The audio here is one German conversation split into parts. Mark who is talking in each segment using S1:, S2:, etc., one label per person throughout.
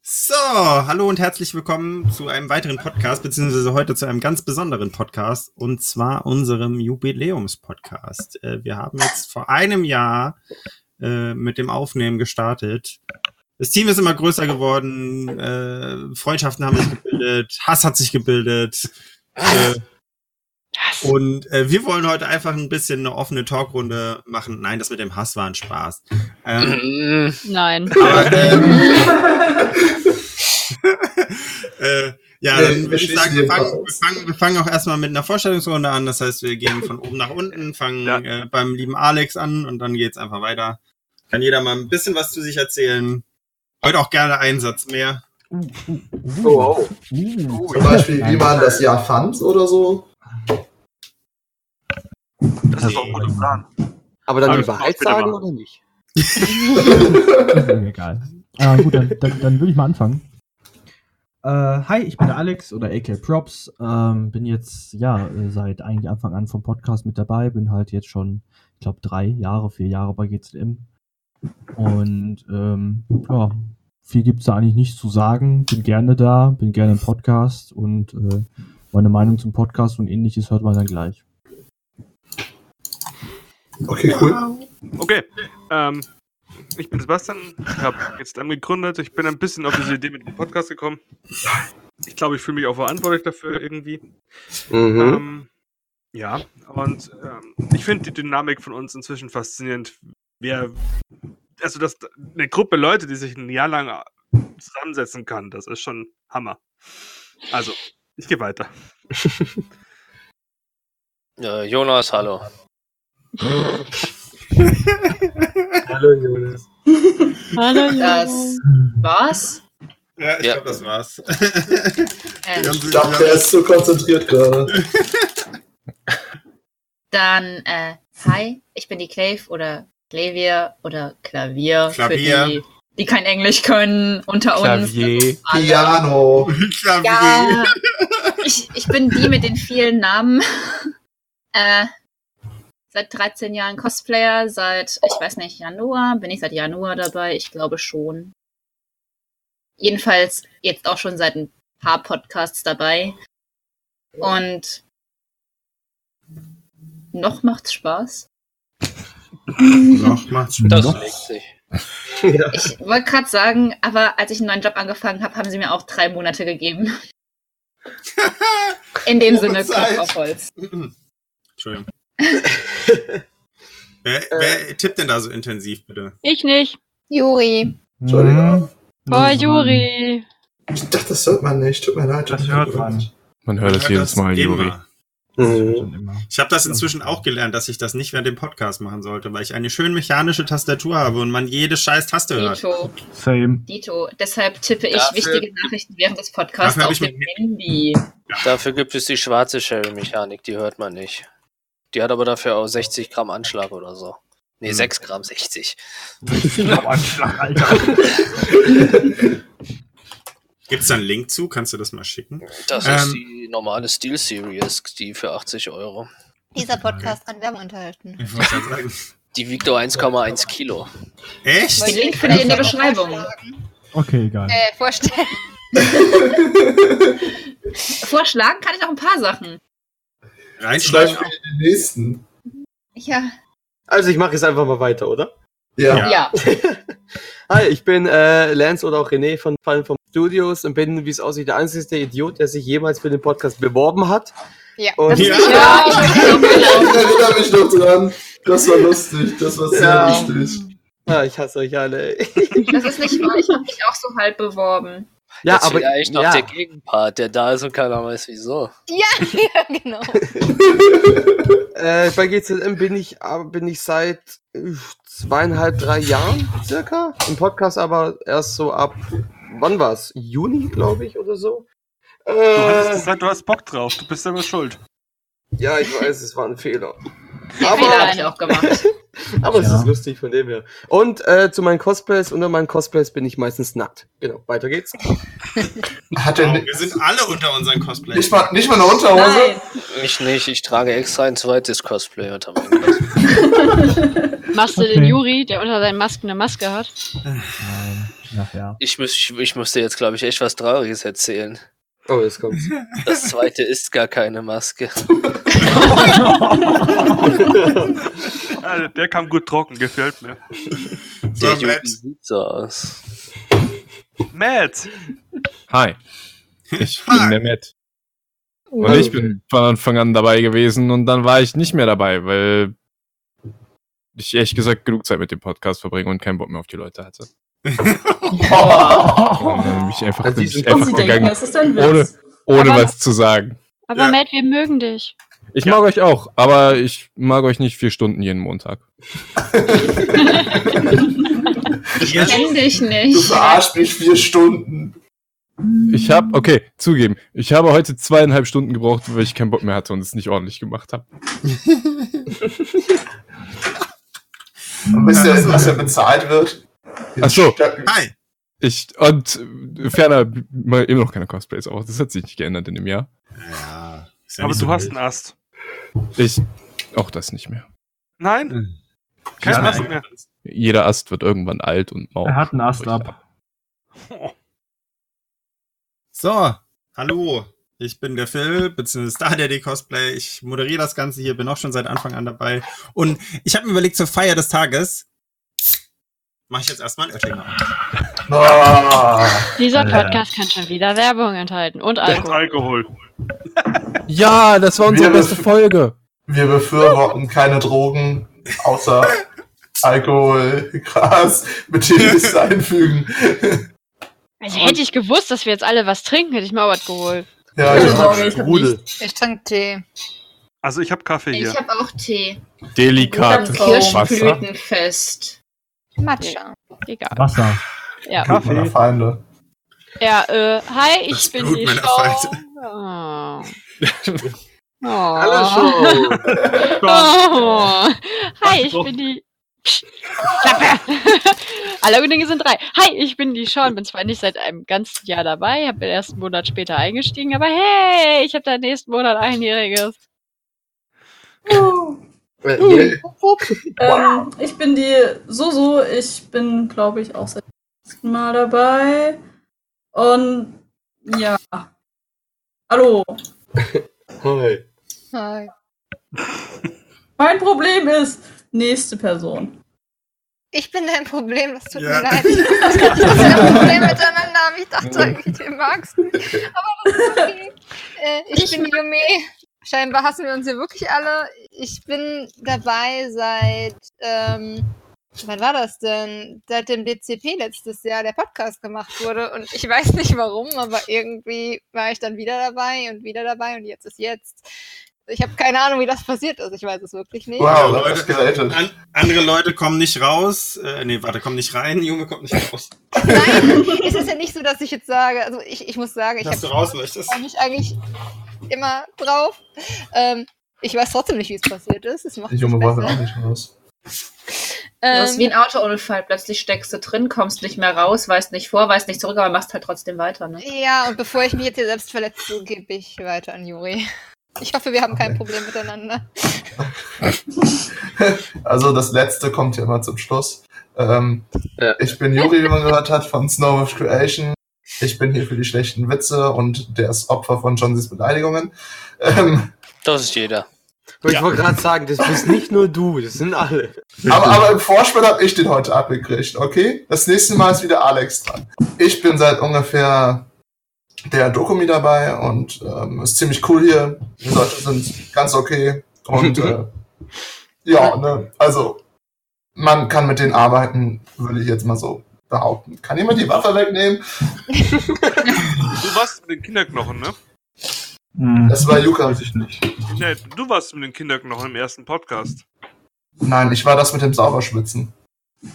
S1: So, hallo und herzlich willkommen zu einem weiteren Podcast, beziehungsweise heute zu einem ganz besonderen Podcast, und zwar unserem Jubiläumspodcast. Äh, wir haben jetzt vor einem Jahr äh, mit dem Aufnehmen gestartet. Das Team ist immer größer geworden, äh, Freundschaften haben sich gebildet, Hass hat sich gebildet. Äh, und äh, wir wollen heute einfach ein bisschen eine offene Talkrunde machen. Nein, das mit dem Hass war ein Spaß. Ähm,
S2: Mm,
S3: Mhm. Nein.
S1: Aber, ähm, äh, ja,
S4: Nee,
S1: dann würde
S4: wir
S1: ich
S4: schließen
S1: sagen, wir
S4: den
S1: fangen,
S4: Fall
S1: wir,
S4: aus.
S1: fangen, wir fangen auch erstmal mit einer Vorstellungsrunde an. Das heißt, wir gehen von oben nach unten, fangen
S2: Ja.
S1: äh, beim lieben Alex an und dann geht's einfach weiter. Kann jeder mal ein bisschen was zu sich erzählen. Heute auch gerne einen Satz mehr.
S4: Oh, wow.
S2: uh,
S4: Zum Beispiel, wie man das Jahr fand oder so.
S2: das ist doch ein guter Plan.
S5: Aber dann
S2: Aber
S5: die
S2: das
S5: Wahrheit
S2: brauchst du
S5: sagen
S2: bitte
S5: oder nicht?
S6: Ist mir egal. Äh, gut, dann, dann, dann würde ich mal anfangen. Äh, hi, ich bin der Alex oder AK Props. Ähm, bin jetzt, ja, äh, seit eigentlich Anfang an vom Podcast mit dabei. Bin halt jetzt schon, ich glaube, drei Jahre, vier Jahre bei GZM. Und ähm, ja, viel gibt's da eigentlich nicht zu sagen. Bin gerne da, bin gerne im Podcast und äh, meine Meinung zum Podcast und ähnliches hört man dann gleich.
S4: Okay, cool.
S2: Okay, ähm, ich bin Sebastian, ich habe jetzt angegründet, ich bin ein bisschen auf diese Idee mit dem Podcast gekommen. Ich glaube, ich fühle mich auch verantwortlich dafür irgendwie.
S5: Mhm.
S2: Ähm, ja, und ähm, ich finde die Dynamik von uns inzwischen faszinierend. Wir, also dass eine Gruppe Leute, die sich ein Jahr lang zusammensetzen kann, das ist schon Hammer. Also, ich gehe weiter.
S7: Äh, Jonas, hallo.
S5: Hallo Jonas.
S3: Hallo,
S8: Das war's.
S1: Ja, ich
S7: Ja.
S1: glaube, das war's. Wir
S8: Äh,
S1: haben
S4: Ich dachte, er ist zu konzentriert gerade.
S8: dann, äh, hi, ich bin die Clave oder Klavier oder Klavier.
S1: Klavier.
S8: Für die, die kein Englisch können, unter
S5: Klavier.
S8: uns. Alle.
S4: Piano.
S1: ich glaub, wir-
S8: Ja, ich, ich bin die mit den vielen Namen. Äh, seit 13 Jahren Cosplayer, seit, ich weiß nicht, Januar. Bin ich seit Januar dabei? Ich glaube schon. Jedenfalls jetzt auch schon seit ein paar Podcasts dabei. Und noch macht's Spaß.
S1: Noch macht's
S7: Das
S6: Noch?
S7: legt sich.
S8: Ich wollte gerade sagen, aber als ich einen neuen Job angefangen habe, haben sie mir auch drei Monate gegeben. In dem Sinne,
S1: Probezeit.
S8: Kopf auf Holz.
S1: Entschuldigung. wer,
S2: Äh.
S1: wer tippt denn da so intensiv, bitte?
S3: Ich nicht. Juri.
S6: Hm?
S4: Entschuldigung.
S3: Oh, Juri.
S4: Ich dachte, das hört man nicht. Tut mir leid.
S6: Das hört man.
S9: Man hört es jedes Mal,
S1: immer.
S9: Juri.
S5: Mhm.
S1: Ich habe das inzwischen auch gelernt, dass ich das nicht während dem Podcast machen sollte, weil ich eine schön mechanische Tastatur habe und man jede scheiß Taste hört.
S8: Dito,
S6: Same.
S8: Dito. Deshalb tippe ich
S7: Dafür-
S8: wichtige Nachrichten während des Podcasts
S1: Dafür hab
S8: auf
S1: ich
S8: dem
S1: mir-
S8: Handy.
S7: Dafür gibt es die schwarze Sherry-Mechanik, die hört man nicht. Die hat aber dafür auch 60 Gramm Anschlag oder so. Nee,
S1: Hm.
S7: 6 Gramm 60.
S1: Gibt's da einen Link zu? Kannst du das mal schicken?
S7: Das
S1: Ähm.
S7: ist die normale Steel Series, die für 80 Euro.
S10: Dieser Podcast kann Werbung enthalten.
S1: Ich wollte gerade sagen.
S7: Die wiegt nur 1,1 Kilo.
S1: Echt?
S8: Den Link findet ihr in der Beschreibung.
S6: Okay, egal.
S10: Äh, vorstellen.
S8: Vorschlagen kann ich noch ein paar Sachen.
S4: Zum
S1: Reinschreiben.
S4: Beispiel in den nächsten.
S10: Ja.
S5: Also ich mache jetzt einfach mal weiter, oder?
S4: Ja.
S1: Ja.
S8: Ja,
S5: Hi, ich bin äh, Lance oder auch René von Fallen vom Studios und bin, wie es aussieht, der einzigste Idiot, der sich jemals für den Podcast beworben hat.
S10: Ja.
S5: Und
S1: Ja.
S4: Ich erinnere mich noch dran. Das war lustig. Das war sehr
S5: Ja.
S4: lustig.
S5: ja, ich hasse euch alle. ey.
S8: das ist nicht wahr. Ich habe mich auch so halb beworben.
S5: Ja,
S7: Jetzt
S5: aber
S7: fehlt eigentlich noch
S5: ja,
S7: der Gegenpart, der da ist und keiner weiß wieso.
S10: Ja, ja, genau.
S5: äh, bei GZM bin ich, äh, bin ich seit äh, zweieinhalb, drei Jahren circa. Im Podcast aber erst so ab, wann war's? Juni, glaube ich, oder so.
S2: Du
S5: Äh,
S2: hast gesagt, du hast Bock drauf, du bist selber schuld.
S5: Ja, ich weiß, es war ein Fehler.
S8: Den Fehler habe ich auch gemacht.
S5: Aber es
S6: Ja.
S5: ist lustig von dem her. Und äh, zu meinen Cosplays, unter meinen Cosplays bin ich meistens nackt. Genau, weiter geht's.
S4: Hat er
S1: Wow,
S4: ni-
S1: wir sind alle unter unseren Cosplay.
S4: nicht mal, nicht mal eine Unterhose?
S8: Nein.
S7: Ich nicht, ich trage extra ein zweites Cosplay unter meinem Cosplay.
S3: Machst du
S6: Okay.
S3: den Juri, der unter seinen Masken eine Maske hat?
S6: Nein. Ach ja.
S7: Ich, müß, ich, ich müsste jetzt, glaube ich, echt was Trauriges erzählen.
S5: Oh, jetzt kommt's.
S7: Das zweite ist gar keine Maske.
S2: Also, der kam gut trocken, gefällt mir.
S7: Der Juden sieht so aus.
S2: Matt!
S9: Hi. Ich bin der Matt. Und ich bin von Anfang an dabei gewesen und dann war ich nicht mehr dabei, weil ich ehrlich gesagt genug Zeit mit dem Podcast verbringe und keinen Bock mehr auf die Leute hatte. Und dann bin ich einfach,
S5: Also
S9: bin
S5: sie
S9: ich
S5: sind-
S9: einfach
S5: Sie denken,
S9: gegangen,
S3: es ist ein
S9: ohne,
S3: Witz.
S9: ohne
S3: Aber-
S9: was zu sagen.
S3: Aber Matt, wir mögen dich.
S9: Ich mag euch auch, aber ich mag euch nicht vier Stunden jeden Montag.
S8: Ich kenn dich
S4: Du
S8: nicht.
S4: verarsch mich vier Stunden.
S9: Ich habe, okay, zugeben, ich habe heute zweieinhalb Stunden gebraucht, weil ich keinen Bock mehr hatte und es nicht ordentlich gemacht habe.
S4: Wisst ihr, was er bezahlt wird?
S9: Ach so.
S1: Hi.
S9: Ich, und äh, ferner mal immer noch keine Cosplays auch. Das hat sich nicht geändert in dem Jahr.
S1: Ja, ist ja
S2: Aber
S1: nicht
S2: du
S1: so
S2: hast
S1: wild.
S2: einen Ast.
S9: Ich, auch das nicht mehr.
S2: Nein?
S9: Hm.
S2: Kein
S1: Hm. Ja,
S2: Ast
S1: nein.
S2: mehr.
S9: Jeder Ast wird irgendwann alt und mau.
S6: Er hat einen Ast ab.
S1: So, hallo. Ich bin der Phil, beziehungsweise Star Daddy Cosplay. Ich moderiere das Ganze hier, bin auch schon seit Anfang an dabei. Und ich habe mir überlegt, zur Feier des Tages mache ich jetzt erstmal ein Oettinger.
S4: Ah.
S3: Dieser
S1: Äh,
S6: Alter.
S3: Podcast kann schon wieder Werbung enthalten und
S2: Und
S3: Alkohol.
S2: Alkohol.
S9: Ja, das war unsere
S4: Wir-
S9: beste Folge.
S4: Wir befürworten keine Drogen, außer Alkohol, Gras, mit dem es einfügen.
S3: Also hätte ich gewusst, dass wir jetzt alle was trinken, hätte ich mir auch was geholt.
S4: Ja, genau.
S5: Ich Rudel.
S10: Ich trinke Tee.
S2: Also ich habe Kaffee hier.
S8: Ich habe auch Tee.
S9: Delikat. Wasser.
S8: Kirschblütenfest.
S10: Matcha.
S3: Egal.
S6: Wasser.
S3: Ja,
S4: Blut meiner
S2: Kaffee.
S4: Feinde.
S3: ja äh, hi, ich
S1: Das
S3: bin
S1: Blut
S3: die
S1: meiner
S3: Show.
S1: Falte.
S3: Oh. Oh.
S5: Alle schon.
S3: Oh. Hi, ich
S2: Mach doch.
S3: bin die. Psst. Klappe. Alle Dinge sind drei. Hi, ich bin die Sean, bin zwar nicht seit einem ganzen Jahr dabei, habe den ersten Monat später eingestiegen, aber hey, ich habe da nächsten Monat einjähriges.
S5: Äh, jeder-
S11: Ähm, ich bin die Soso. Ich bin, glaube ich, auch seit dem letzten Mal dabei. Und ja. Hallo.
S5: Hi.
S10: Hi.
S11: Mein Problem ist nächste Person.
S10: Ich bin dein Problem, das tut
S1: Ja.
S10: mir leid. Das ist ein Problem miteinander haben. Ich dachte irgendwie, du magst mich. Aber das ist okay. Äh, ich, bin Yume. Scheinbar hassen wir uns hier wirklich alle. Ich bin dabei seit, ähm, wann war das denn? Seit dem DCP letztes Jahr der Podcast gemacht wurde. Und ich weiß nicht warum, aber irgendwie war ich dann wieder dabei und wieder dabei und jetzt ist jetzt. Ich habe keine Ahnung, wie das passiert ist. Ich weiß es wirklich nicht.
S4: Wow,
S1: Ja,
S4: das ist geleitet.
S1: An, andere Leute kommen nicht raus. Äh, nee, warte, kommen nicht rein. Junge kommt nicht raus.
S10: Nein, es ist ja nicht so, dass ich jetzt sage, also ich, ich muss sagen, ich
S1: Dass du
S10: habe
S1: raus möchtest.
S10: mich eigentlich immer drauf. Ähm, ich weiß trotzdem nicht, wie es passiert ist. Es macht
S4: Die
S10: nicht
S4: Junge war auch
S10: besser.
S4: nicht raus.
S8: Das ist wie
S10: Ähm,
S8: ein Autounfall. Plötzlich steckst du drin, kommst nicht mehr raus, weißt nicht vor, weißt nicht zurück, aber machst halt trotzdem weiter. Ne?
S10: ja, und bevor ich mich jetzt hier selbst verletze, gebe ich weiter an Juri. Ich hoffe, wir haben kein Problem miteinander.
S4: Also das letzte kommt ja immer zum Schluss. Ähm,
S5: Ja.
S4: Ich bin Juri, wie man gehört hat, von Snow of Creation. Ich bin hier für die schlechten Witze und das Opfer von Johnsys Beleidigungen. Ähm,
S7: Das ist jeder.
S5: Aber Ich wollte gerade sagen, das bist nicht nur du, das sind alle.
S4: aber, aber im Vorspiel habe ich den heute abgekriegt, okay? Das nächste Mal ist wieder Alex dran. Ich bin seit ungefähr der Dokumi dabei und ähm, ist ziemlich cool hier. Die Leute sind ganz okay und äh, ja, ne, also man kann mit denen arbeiten, würde ich jetzt mal so behaupten. Kann jemand die Waffe wegnehmen?
S2: Du warst mit den Kinderknochen, ne?
S6: Hm.
S4: Das war Juka.
S6: Weiß ich nicht.
S2: Nee, du warst mit den Kinderknochen im ersten Podcast.
S4: Nein, ich war das mit dem Sauberschwitzen.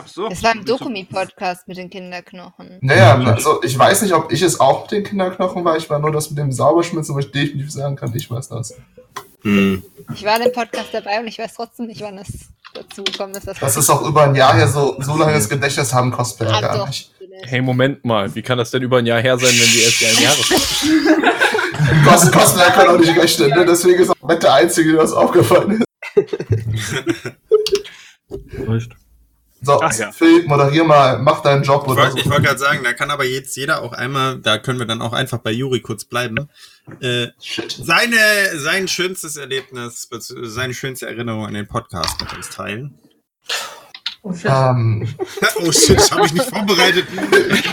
S2: Ach so.
S10: Es war ein Dokumi-Podcast mit den Kinderknochen.
S4: Naja, also ich weiß nicht, ob ich es auch mit den Kinderknochen war. Ich war nur das mit dem Sauberschwitzen, wo ich definitiv sagen kann, ich weiß das.
S1: Hm.
S10: Ich war in dem Podcast dabei und ich weiß trotzdem nicht, wann es dazu gekommen ist. Dass
S4: Das ist auch über ein Jahr her so, so langes Gedächtnis haben Cosplayer
S10: Ah,
S4: gar
S10: doch.
S4: nicht.
S9: Hey, Moment mal, wie kann das denn über ein Jahr her sein, wenn die erst ein Jahr ist?
S4: Cos Cosplayer können auch nicht rechnen, ne? deswegen ist auch Matt der Einzige, der das aufgefallen ist.
S6: Täuscht.
S4: So,
S1: Ach ja.
S4: Phil, moderier mal, mach deinen Job
S1: Ich
S4: oder
S1: wollte
S4: so.
S1: ich wollte gerade sagen, da kann aber jetzt jeder auch einmal, da können wir dann auch einfach bei Juri kurz bleiben, äh, seine, sein schönstes Erlebnis, bez- seine schönste Erinnerung an den Podcast mit uns teilen.
S11: Oh shit.
S4: Ähm,
S1: oh shit, das habe ich nicht vorbereitet.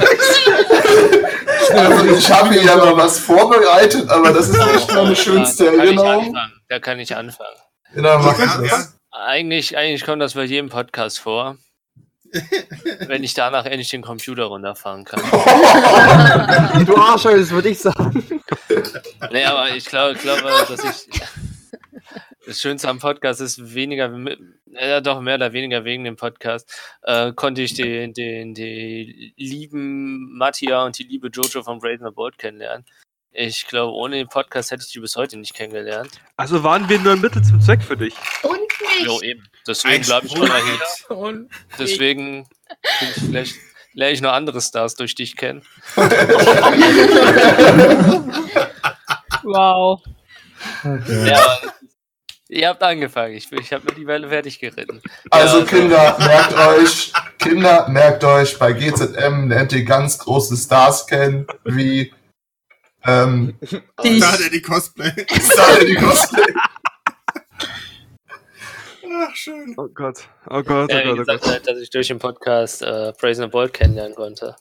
S4: also ich habe hier ja mal was vorbereitet, aber das ist echt meine schönste
S7: da kann Ich
S4: Erinnerung.
S7: anfangen. Da kann ich anfangen.
S4: Ja, dann mach ich das.
S7: Eigentlich, eigentlich kommt das bei jedem Podcast vor. wenn ich danach endlich den Computer runterfahren kann.
S5: Du Arschloch, das würde ich sagen.
S7: Nee, aber ich glaube, glaube, dass ich. Das Schönste am Podcast ist weniger, mit- ja doch mehr oder weniger wegen dem Podcast, äh, konnte ich den, den, den lieben Mattia und die liebe Jojo von Braden the Bold kennenlernen. Ich glaube, ohne den Podcast hätte ich die bis heute nicht kennengelernt.
S2: Also waren wir nur ein Mittel zum Zweck für dich.
S8: Und nicht.
S7: Jo, eben. Deswegen bleibe ich schon mal hier. Deswegen bin ich vielleicht lerne ich noch andere Stars durch dich kennen.
S3: Wow.
S7: Ja, ihr habt angefangen. Ich, ich habe mir die Welle fertig geritten.
S4: Also
S7: Ja,
S4: Kinder, merkt euch, Kinder, merkt euch, bei GZM lernt ihr ganz große Stars kennen, wie ähm,
S11: Dich.
S1: Da hat er die Cosplay.
S4: Sally die Cosplay.
S1: Ach, schön.
S2: Oh Gott, oh Gott, oh
S7: Ja, wie
S2: Gott, oh
S7: gesagt,
S2: Gott.
S7: halt, dass ich durch den Podcast äh, Brazen and Bold kennenlernen konnte.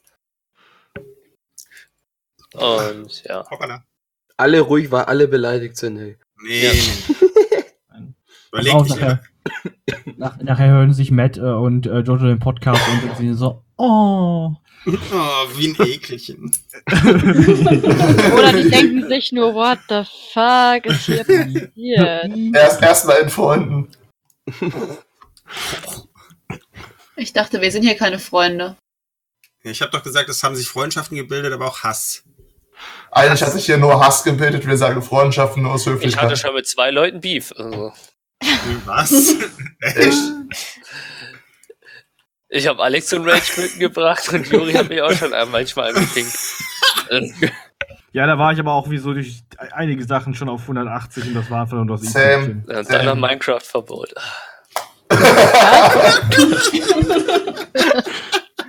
S7: Und ja.
S1: Hoppala.
S5: Alle ruhig, weil alle beleidigt sind, hey.
S1: Nee.
S7: Ja.
S1: Überleg
S6: Auch
S1: dich
S6: nachher. Nach, nachher hören sich Matt äh, und äh, Jojo den Podcast und sind sie so, oh.
S1: Oh, wie ein Ekelchen.
S3: Oder die denken sich nur, what the fuck ist hier passiert?
S4: Erst erstmal in Freunden.
S8: Ich dachte, wir sind hier keine Freunde.
S1: Ich habe doch gesagt, es haben sich Freundschaften gebildet, aber auch Hass.
S4: Eigentlich hat sich hier nur Hass gebildet, wir sagen Freundschaften, nur aus
S7: Ich hatte
S4: Höflichkeit.
S7: schon mit zwei Leuten Beef. Also.
S1: Was?
S4: Echt?
S7: Ich habe Alex zum Rage Quitten gebracht und Juri hat mich auch schon manchmal angepinkt. Äh,
S12: Ja, da war ich aber auch wie so durch einige Sachen schon auf 180 und das war einfach nur das
S4: Sam.
S12: i-Tüpfchen.
S7: Dann noch Minecraft-Verbot.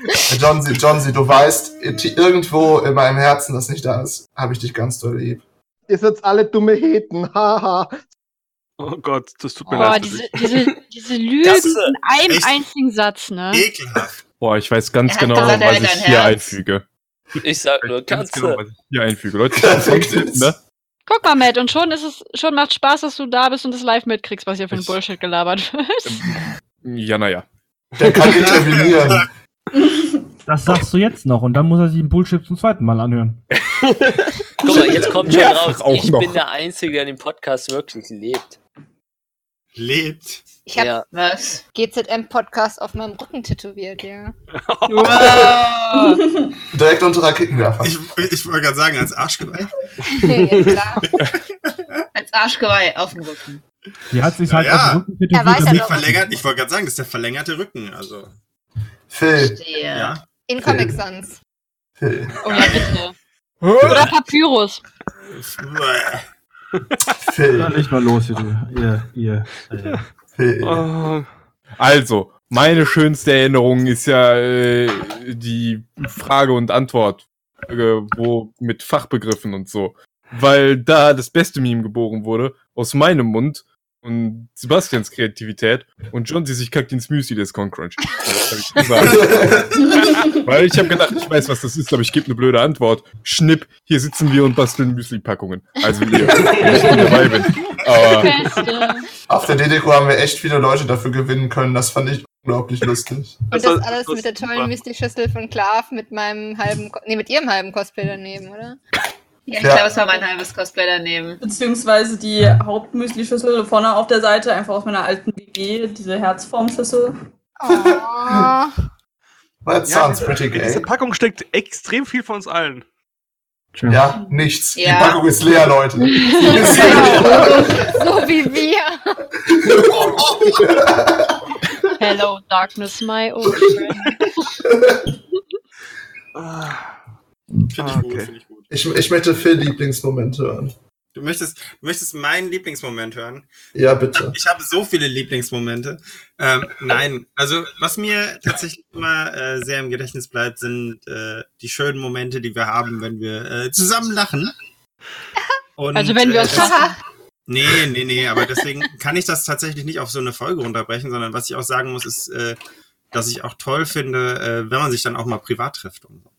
S4: Äh, John C., John C., du weißt, irgendwo in meinem Herzen, das nicht da ist, habe ich dich ganz doll lieb.
S5: Ihr seid alle dumme Heten, haha.
S2: Oh Gott, das tut mir
S3: Boah,
S2: leid. für
S3: diese,
S2: dich.
S3: diese, diese Lügen
S7: Katze.
S3: in einem
S1: Echt?
S3: einzigen Satz, ne?
S1: Ekelhaft.
S9: Boah, ich weiß ganz
S8: Er hat
S9: genau,
S8: gerade
S9: was
S8: dein
S9: ich hier
S8: Herz.
S9: einfüge.
S7: Ich sag
S9: Ich
S7: nur
S9: weiß ganz
S7: Katze.
S9: genau, was ich hier einfüge. Leute, das ist sonst, ne?
S3: Guck mal, Matt, und schon ist es, schon macht Spaß, dass du da bist und das live mitkriegst, was hier für ein
S9: Ich-
S3: Bullshit gelabert wird.
S9: ne? Ja, naja.
S4: Der kann intervenieren.
S6: Das sagst du jetzt noch und dann muss er sich den Bullshit zum zweiten Mal anhören.
S7: Guck mal, jetzt kommt schon
S9: Mehrfach
S7: raus.
S9: auch
S7: Ich
S9: noch.
S7: bin der Einzige, der den Podcast wirklich lebt.
S1: Lebt.
S10: Ich habe
S7: Ja.
S8: Was?
S10: GZM-Podcast auf meinem Rücken tätowiert, ja.
S3: Wow.
S4: Direkt unter Raketenwerfer.
S1: Ich, ich wollte gerade sagen, als Arschgeweih.
S10: ja klar.
S8: Als Arschgeweih auf dem Rücken.
S6: Die hat sich
S1: Ja,
S6: halt
S1: ja.
S6: auf den Rücken tätowiert,
S10: Er weiß ja
S6: damit-
S1: Die verlängert, ich wollte gerade sagen, das ist der verlängerte Rücken. Also,
S4: Phil,
S8: Verstehe.
S1: ja.
S10: In Comic Sans.
S4: Phil,
S3: Oh ja, bitte. Oder Papyrus.
S1: Uah.
S4: Phil,
S12: Dann nicht mal los, hier, du. Ihr, ihr. äh,
S4: Phil.
S2: Oh,
S9: Äh. Also, meine schönste Erinnerung ist ja äh, die Frage und Antwort, äh, wo mit Fachbegriffen und so. Weil da das beste Meme geboren wurde, aus meinem Mund und Sebastians Kreativität und John, die sich kackt ins Müsli des Concrunch. Das hab ich gesagt. Weil ich habe gedacht, ich weiß, was das ist, aber ich gebe eine blöde Antwort. Schnipp, hier sitzen wir und basteln Müsli-Packungen. Also ihr, wenn ich nicht dabei bin. Aber
S3: Beste.
S4: Auf der DDQ haben wir echt viele Leute dafür gewinnen können. Das fand ich unglaublich lustig.
S10: Und
S2: war-
S10: das alles
S2: war
S10: mit der
S2: super.
S10: tollen Mystischüssel von Klav mit meinem halben, Ko- nee, mit ihrem halben Cosplay daneben, oder?
S8: Ja, ich
S4: Ja.
S8: glaube, es war mein halbes Cosplay daneben.
S11: Beziehungsweise die Hauptmüsli-Schüssel vorne auf der Seite, einfach aus meiner alten WG, diese Herzformschüssel.
S8: Ah.
S10: Oh.
S4: That
S2: Ja,
S4: sounds
S2: diese-
S4: pretty
S2: In dieser
S4: gay.
S2: Packung steckt extrem viel von uns allen.
S4: Ja, nichts.
S8: Ja.
S4: Die Packung ist leer, Leute.
S10: so wie wir. Genau.
S3: Hello, darkness, my old friend.
S2: Ah,
S1: Finde ich
S2: Ah,
S1: gut,
S2: okay.
S1: finde ich gut.
S4: Ich, ich möchte Phil Lieblingsmomente hören.
S1: Du möchtest, du möchtest meinen Lieblingsmoment hören?
S4: Ja, bitte.
S1: Ich habe so viele Lieblingsmomente. Ähm, nein, also was mir tatsächlich immer äh, sehr im Gedächtnis bleibt, sind äh, die schönen Momente, die wir haben, wenn wir äh, zusammen lachen. Und,
S3: also wenn wir
S1: äh,
S3: uns
S1: das-
S3: Haha.
S1: Nee, nee, nee, aber deswegen kann ich das tatsächlich nicht auf so eine Folge runterbrechen, sondern was ich auch sagen muss, ist, äh, dass ich auch toll finde, äh, wenn man sich dann auch mal privat trifft. Und so.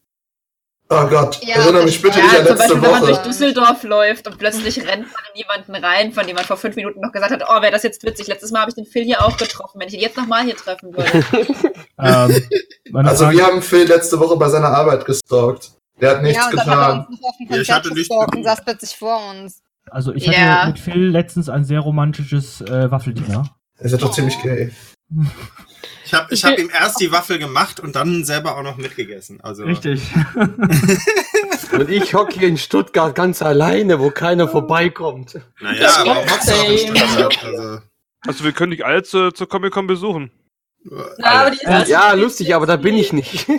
S4: Oh Gott,
S8: Ja,
S4: erinnere mich bitte
S8: ja,
S4: nicht an
S8: zum
S4: letzte
S8: Beispiel, wenn man durch
S4: Woche.
S8: Düsseldorf läuft und plötzlich rennt man in jemanden rein, von dem man vor fünf Minuten noch gesagt hat, oh, wäre das jetzt witzig. Letztes Mal habe ich den Phil hier auch getroffen, wenn ich ihn jetzt nochmal hier treffen würde.
S4: also wir haben Phil letzte Woche bei seiner Arbeit gestalkt. Der hat nichts
S10: ja, und dann hat er
S4: getan.
S10: uns nicht auf dem
S4: Ja, ich
S10: Konzert
S4: hatte nicht-
S10: gestalkt und saß plötzlich vor uns.
S6: Also ich hatte
S10: Ja.
S6: mit Phil letztens ein sehr romantisches äh, Waffeldiener.
S4: Ist ja doch ziemlich gay.
S1: Ich habe ich hab ihm erst die Waffel gemacht und dann selber auch noch mitgegessen. Also,
S12: Richtig.
S5: Und ich hocke hier in Stuttgart ganz alleine, wo keiner vorbeikommt.
S1: Naja, aber warum hockst du auch in Stuttgart? Also,
S2: Also wir können dich alle zur, zur Comic-Con besuchen.
S11: Ja, aber die
S6: Ja,
S5: Ja, lustig, aber da bin ich nicht.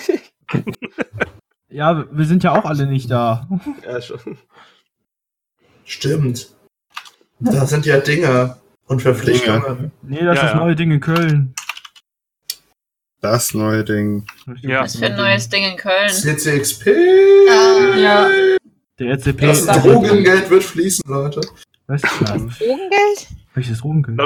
S6: Ja, wir sind ja auch alle nicht da.
S5: ja, schon.
S4: Stimmt. Da sind ja Dinge und Verpflichtungen.
S6: Nee, das
S2: Ja,
S6: ist
S2: ja.
S6: neue Ding in Köln.
S1: das neue Ding.
S2: Ja.
S8: Was für ein neues Ding in Köln.
S4: CCXP.
S11: ja.
S6: Der ECP.
S4: Das Drogengeld wird fließen, Leute.
S6: Was? Nein.
S10: Drogengeld?
S6: Welches Drogengeld?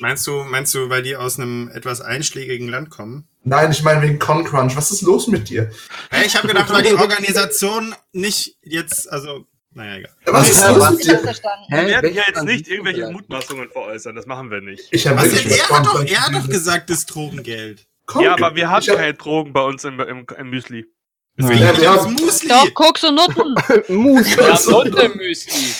S1: Meinst du, meinst du, weil die aus einem etwas einschlägigen Land kommen?
S4: Nein, ich meine wegen Concrunch. Was ist los mit dir?
S1: Hey, ich habe gedacht, weil die Organisation nicht jetzt, also, naja, egal.
S4: Was ist
S5: Ja,
S4: los
S5: was?
S4: mit dir?
S10: Verstanden.
S5: Hä?
S2: Wir werden
S5: Welches
S2: hier jetzt
S5: Land
S2: nicht
S5: bist du
S2: irgendwelche
S5: vielleicht?
S2: Mutmaßungen veräußern, das machen wir nicht.
S4: Ich habe
S1: Was
S4: wirklich
S1: denn?
S4: mit
S1: Er hat doch,
S4: Concrunch
S1: er hat doch
S4: dieses-
S1: gesagt, das Drogengeld.
S2: ja, aber wir haben
S4: Ich hab-
S2: keine Drogen bei uns im, im, im Müsli.
S1: Deswegen
S4: Ja,
S1: ja,
S4: wir
S1: das
S4: haben-
S1: Müsli.
S3: Doch, Koks und Nutten.
S5: Mus.
S7: Wir haben Sondermüsli.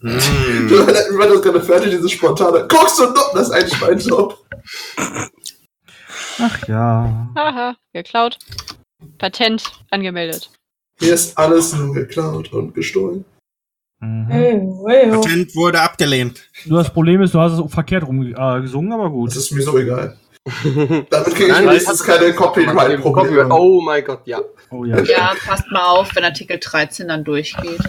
S1: Mm.
S9: äh,
S4: Wir waren- wir waren doch gerade fertig, dieses spontane. Guckst du noch? Das ist eigentlich mein Job.
S6: Ach ja.
S3: Haha, geklaut. Patent angemeldet.
S4: Hier ist alles nur geklaut und gestohlen.
S6: Mhm.
S11: Hey, hey, oh.
S1: Patent wurde abgelehnt.
S6: Nur das Problem ist, du hast es verkehrt rum äh, gesungen, aber
S4: Das
S6: gut.
S4: ist mir so egal. Damit kriege ich
S5: Nein,
S4: wenigstens keine
S5: Copyright.
S4: Copyright-Probleme.
S5: Oh mein Gott, ja.
S6: Oh ja.
S8: Ja, passt mal auf, wenn Artikel 13 dann durchgeht.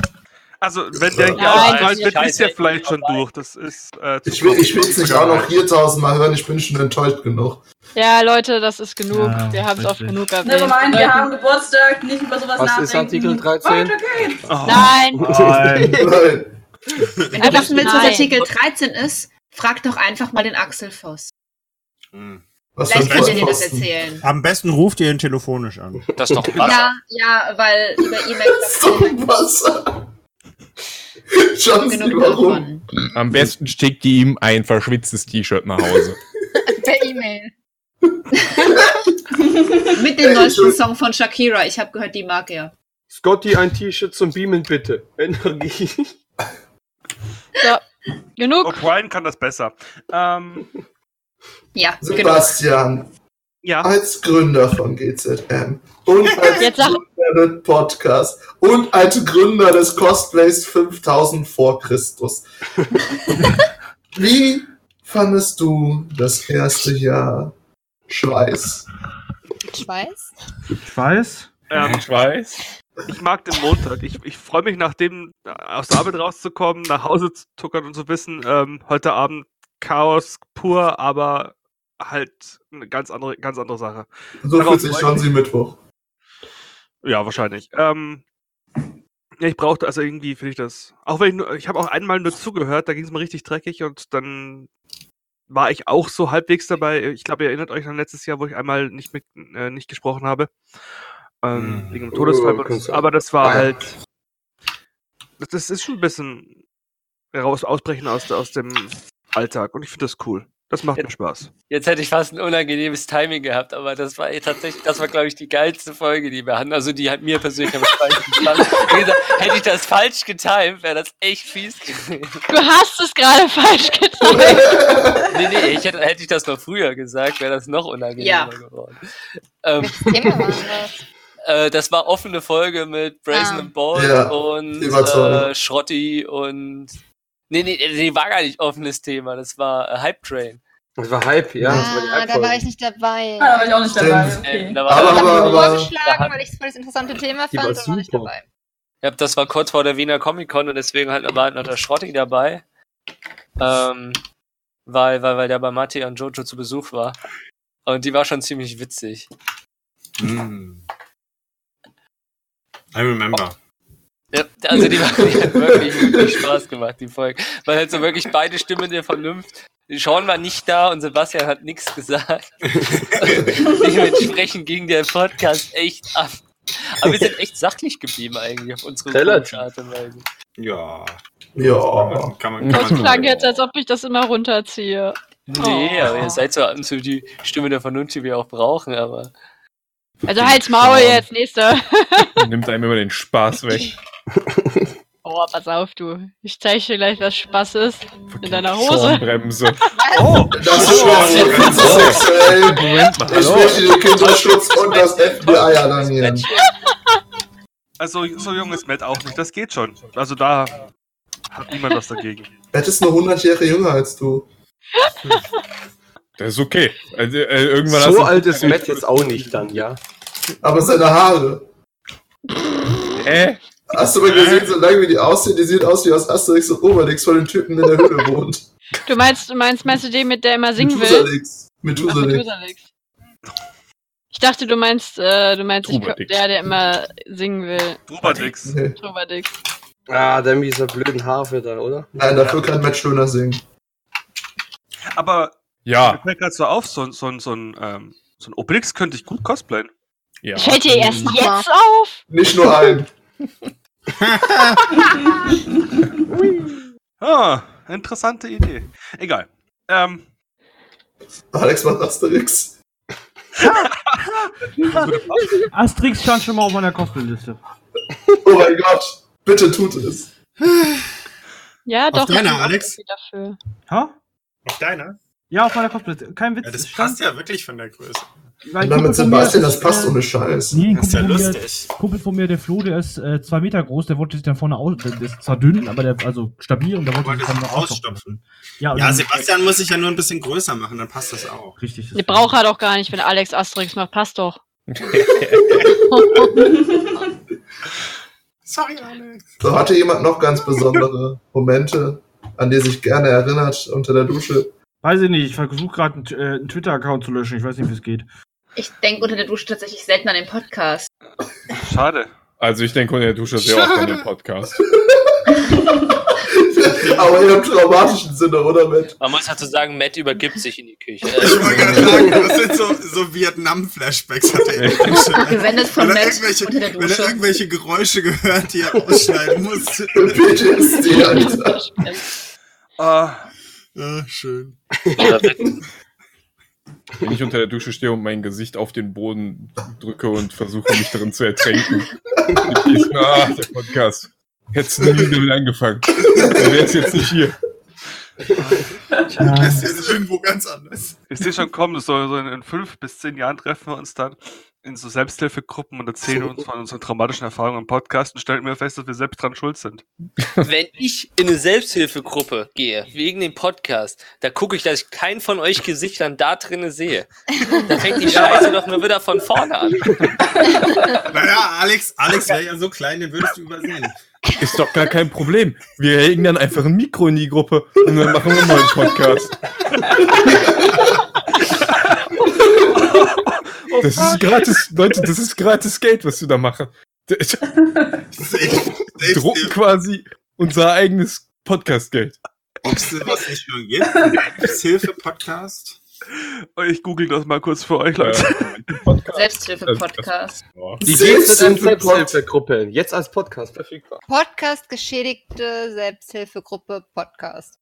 S2: Also, wenn der
S7: Nein,
S2: hier ausstrahlt
S7: die
S2: wird, ist
S7: Scheiße
S2: der vielleicht
S7: ist
S2: schon
S7: vorbei.
S2: durch. Das ist äh, zu
S4: Ich will ich will's nicht auch noch
S2: kompliziert.
S4: hier tausendmal hören, ich bin schon enttäuscht genug.
S3: Ja, Leute, das ist genug.
S6: Ja,
S3: wir haben es oft
S6: richtig.
S3: genug erwähnt.
S11: Never mind, wir haben Geburtstag, nicht über sowas
S5: Was
S11: nachdenken.
S5: ist Artikel Oh. 13?
S11: Weiter geht's.
S3: Nein,
S6: Nein.
S4: Nein.
S8: Wenn du wissen willst, was
S3: Nein.
S8: Artikel 13 ist, frag doch einfach mal den Axel Voss.
S4: Was
S8: Vielleicht
S4: für
S8: kann
S4: ein
S8: er dir das
S4: Vollpfosten.
S8: erzählen.
S1: Am besten ruft ihr ihn telefonisch an.
S7: Das ist doch Wasser.
S8: Ja, ja, weil über
S4: So
S8: E-Mail
S4: ein Wasser. Johnson,
S8: genug
S4: warum?
S8: davon.
S9: Am besten schickt die ihm ein verschwitztes T-Shirt nach Hause.
S8: Also
S10: Per E-Mail.
S8: Mit dem neuesten Song von Shakira. Ich habe gehört, die mag er.
S5: Scotty, ein T-Shirt zum Beamen, bitte. Energie.
S3: genug.
S2: O'Brien Oh, kann das besser. Ähm,
S8: Ja, genau.
S4: Sebastian,
S2: ja,
S4: als Gründer von GZM und als
S3: Jetzt sag-
S4: Gründer des Podcasts und als Gründer des Cosplays 5000 vor Christus. Wie fandest du das erste Jahr Schweiß?
S10: Ich weiß.
S6: Ich weiß.
S2: ähm,
S9: Ich weiß.
S2: ich mag den Montag. Ich, ich freue mich, nachdem äh, aus der Arbeit rauszukommen, nach Hause zu tuckern und zu wissen, ähm, heute Abend Chaos pur, aber halt eine ganz andere, ganz andere Sache.
S4: So
S2: Darauf
S4: fühlt sich
S2: freue ich
S4: schon sie Mittwoch.
S2: Ja, wahrscheinlich. Ähm, ja, ich brauchte also irgendwie, finde ich das. Auch wenn ich nur, ich habe auch einmal nur zugehört, da ging es mir richtig dreckig und dann war ich auch so halbwegs dabei. Ich glaube, ihr erinnert euch an letztes Jahr, wo ich einmal nicht mit, äh, nicht gesprochen habe. Ähm,
S1: Hm.
S2: Wegen dem
S5: Oh,
S2: Todesfall. bei uns.
S5: kannst du-
S2: aber das war
S5: Ah, ja.
S2: halt. Das, das ist schon ein bisschen raus, ausbrechen aus, der- aus dem Alltag und ich finde das cool. Das macht
S7: Ja.
S2: mir Spaß.
S7: Jetzt hätte ich fast ein unangenehmes Timing gehabt, aber das war eh tatsächlich, das war, glaube ich, die geilste Folge, die wir hatten. Also die hat mir persönlich am meisten gefallen. Wie gesagt, hätte ich das falsch getimt, wäre das echt fies gewesen.
S3: Du hast es gerade falsch getan.
S7: Nee, nee, ich hätte, hätte ich das noch früher gesagt, wäre das noch unangenehmer
S8: Ja.
S7: geworden. Ähm,
S10: Welches Thema war das?
S7: äh, das war offene Folge mit Brazen
S10: Ah.
S7: and Ball
S4: Ja,
S7: und
S4: überzeugt.
S7: äh, Schrotti und. Nee, nee, nee, war gar nicht offenes Thema, das war äh, Hype Train.
S5: Das war Hype, ja. Das war die
S10: Ah,
S5: Hype
S10: da war
S5: Folge.
S10: ich nicht dabei.
S11: Ah, da war ich auch nicht dabei,
S5: Stimmt.
S11: okay.
S7: Da war-
S5: Aber,
S10: ich habe
S5: aber,
S10: nur
S5: aber,
S10: vorgeschlagen, weil ich es voll das interessante Thema
S5: die
S10: fand.
S5: war
S10: aber war nicht
S5: super.
S10: dabei.
S7: Ja, das war kurz vor der Wiener Comic Con und deswegen halt war halt noch der Schrotti dabei. Ähm, weil, weil, weil der bei Matti und Jojo zu Besuch war. Und die war schon ziemlich witzig.
S1: Mm. I remember.
S7: Ja, also die, war, die hat wirklich, wirklich Spaß gemacht, die Folge. Weil halt so wirklich beide Stimmen der Vernunft. Sean war nicht da und Sebastian hat nichts gesagt. Dementsprechend ging der Podcast echt ab. Aber wir sind echt sachlich geblieben eigentlich auf unsere
S5: Relativ.
S7: komische Art und Weise.
S1: Ja.
S4: Ja.
S1: Kann man,
S3: Das
S1: kann man
S3: klang jetzt, als ob ich das immer runterziehe.
S7: Nee,
S3: Oh.
S7: aber ihr seid zwar so die Stimme der Vernunft, die wir auch brauchen, aber.
S3: Also halt's Maul jetzt, nächste.
S9: Nimmt einem immer den Spaß weg.
S3: Oh, pass auf, du. Ich zeig dir gleich, was Spaß ist. In deiner Hose.
S9: Schornbremse.
S4: Das ist schon sexuell. Ich möchte den Kinderschutz und das FBI alarmieren.
S2: Also so jung ist Matt auch nicht, das geht schon. Also da hat niemand was dagegen.
S4: Matt ist nur 100 Jahre jünger als du.
S9: Das ist okay. Also, äh, irgendwann hast
S5: so
S9: du-
S5: alt ist Matt jetzt auch nicht dann, ja.
S4: Aber seine Haare.
S9: Äh,
S4: Hast du mal gesehen, so lang wie die aussehen? Die sieht aus wie aus Asterix und Obelix von dem Typen, der in der Höhle wohnt.
S3: Du meinst, du meinst, meinst du den, mit der immer singen will?
S4: Methusalix.
S3: Ach,
S4: Methusalix.
S3: Methusalix. Ich dachte, du meinst, äh, du meinst, ich,
S9: Trubadix.
S3: der, der immer singen will.
S2: Robotix.
S4: Nee.
S3: Trubadix.
S5: Ah, dann mit dieser blöden Harfe da, oder?
S4: Nein, dafür kann Matt schöner singen.
S2: Aber mir
S9: ja.
S2: fällt gerade so auf, so, ein- so, ein- so, ein, ähm, so ein Obelix könnte ich gut cosplayen.
S9: ja.
S3: Fällt dir erst jetzt auf?
S4: Nicht nur ein.
S2: Ah, interessante Idee. Egal. Ähm,
S4: Alex macht Asterix.
S12: Asterix stand schon mal auf meiner Cosplay-Liste.
S4: Oh mein Gott. Bitte tut es.
S3: Ja,
S1: Auf
S3: doch. ich
S1: deiner,
S3: bin auch
S1: Alex?
S3: irgendwie Dafür.
S12: Ha?
S1: Auf deiner?
S12: Ja, auf meiner Cosplay-Liste. Kein Witz.
S1: Ja, das
S12: es stand-
S1: passt ja wirklich von der Größe.
S12: weil
S4: Und
S12: ein
S4: dann mit
S12: Kumpel von mir
S4: Sebastian,
S12: ist,
S4: das passt
S12: äh,
S4: ohne Scheiß.
S12: Nee, ein
S1: Das ist ja
S12: Kumpel, von mir,
S1: lustig.
S6: Kumpel von mir, der Flo, der ist äh, zwei Meter groß, der wollte sich dann vorne aus, der ist zwar dünn, aber der, also stabil und der wollte
S1: Wollte
S6: sich
S1: sich
S6: vorne
S1: ausstopfen.
S6: Ja, und
S1: Ja,
S6: dann-
S1: Sebastian muss sich ja nur ein bisschen größer machen, dann passt das auch.
S6: Richtig. das-
S3: Die braucht er doch gar nicht, wenn Alex Asterix macht. Passt doch.
S1: Sorry, Alex.
S4: So hatte jemand noch ganz besondere Momente, an die sich gerne erinnert unter der Dusche.
S12: Weiß ich nicht, ich versuche gerade einen, T- äh, einen Twitter-Account zu löschen. Ich weiß nicht, wie es geht.
S8: Ich denke unter der Dusche tatsächlich selten an den Podcast.
S2: schade.
S9: Also ich denke, unter der Dusche sehr oft an den Podcast.
S4: Aber im traumatischen Sinne, oder Matt?
S7: Man muss dazu sagen, Matt übergibt sich in die Küche. Also,
S1: Ich wollte gerade sagen, das sind so, so Vietnam-Flashbacks, hat er eben schon.
S8: Gewendet von
S1: Wenn er,
S8: Matt
S1: irgendwelche,
S8: unter der
S1: wenn er
S8: Dusche.
S1: irgendwelche Geräusche gehört, die er ausschneiden musste.
S4: PTSD, Alter.
S2: Äh,
S1: Ah, schön.
S9: Wenn ich unter der Dusche stehe und mein Gesicht auf den Boden drücke und versuche, mich darin zu ertränken. Ich denke, ah, der Podcast. Hättest du nie damit angefangen. Der wäre jetzt nicht hier.
S6: Ja,
S1: Das ist irgendwo ganz anders.
S2: ich sehe schon kommen, so, so in, in fünf bis zehn Jahren treffen wir uns dann in so Selbsthilfegruppen und erzählen uns von unseren traumatischen Erfahrungen im Podcast und stellen mir fest, dass wir selbst dran schuld sind.
S7: Wenn ich in eine Selbsthilfegruppe gehe, wegen dem Podcast, da gucke ich, dass ich keinen von euch Gesichtern da drinne sehe. Da fängt die Scheiße doch nur wieder von vorne an.
S1: Naja, Alex, Alex wäre ja so klein, den würdest du übersehen.
S9: Ist doch gar kein Problem. Wir hängen dann einfach ein Mikro in die Gruppe und dann machen wir einen neuen Podcast.
S1: Oh
S9: Das ist gratis, Leute, das ist gratis Geld, was wir da machen. Wir
S1: Safe, safe,
S9: drucken
S1: safe,
S9: quasi unser eigenes Podcastgeld.
S1: ob es was nicht schon gibt. Hilfe-Podcast.
S2: Oh, Ich google das mal kurz für euch, Leute.
S9: Selbsthilfe.
S8: Selbsthilfe-Podcast.
S5: Die
S4: Selbst-
S5: Dienste in
S4: Selbst-
S5: Selbsthilfegruppe. Jetzt als Podcast verfügbar.
S10: Podcast geschädigte Selbsthilfegruppe Podcast.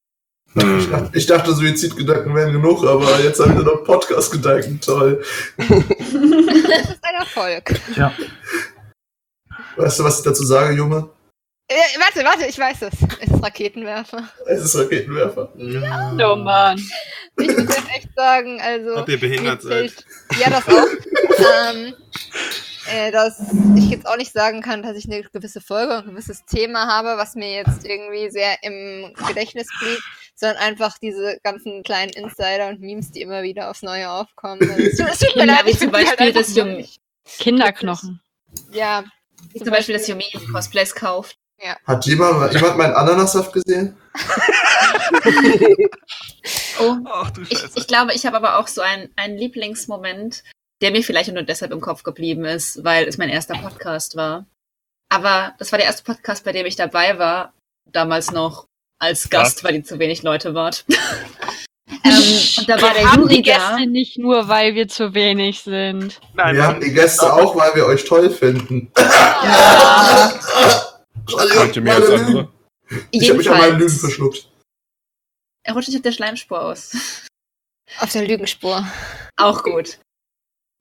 S4: Ich dachte, Suizidgedanken wären genug, aber jetzt haben wir noch Podcast-Gedanken. Toll.
S10: Das ist ein Erfolg.
S12: Tja,
S4: Weißt du, was ich dazu sage, Junge?
S10: Äh, warte, warte, ich weiß es. Es ist Raketenwerfer.
S4: Es ist Raketenwerfer.
S3: Oh Mann.
S10: Ah. Ich muss jetzt echt sagen, also.
S1: Ob ihr behindert
S10: mir
S1: seid.
S10: fällt- Ja, das auch. ähm, äh, dass ich jetzt auch nicht sagen kann, dass ich eine gewisse Folge und ein gewisses Thema habe, was mir jetzt irgendwie sehr im Gedächtnis blieb, sondern einfach diese ganzen kleinen Insider und Memes, die immer wieder aufs Neue aufkommen. Es tut, es tut mir
S8: Ja,
S10: leid,
S8: wie
S10: ich
S8: zum
S10: find die
S8: Beispiel
S10: einfach
S8: das Jum-
S10: lustig.
S3: Kinderknochen.
S10: Ja.
S8: Wie zum Beispiel, dass Yumi Cosplays kauft.
S10: Ja.
S4: Hat jemand, jemand meinen Ananassaft gesehen?
S8: Oh, ich, ich glaube, ich habe aber auch so einen, einen Lieblingsmoment, der mir vielleicht nur deshalb im Kopf geblieben ist, weil es mein erster Podcast war. Aber das war der erste Podcast, bei dem ich dabei war, damals noch als Gast, weil die zu wenig Leute waren. ähm, und da war der
S3: wir haben die
S8: Juri da.
S3: Gäste nicht nur, weil wir zu wenig sind.
S4: wir haben die Gäste auch, weil wir euch toll finden.
S9: Könnte mir als andere.
S4: Ich habe mich an
S8: Jedenfalls.
S4: meinen Lügen verschluckt.
S8: Er rutscht nicht auf der Schleimspur aus.
S10: Auf der Lügenspur.
S8: Auch gut.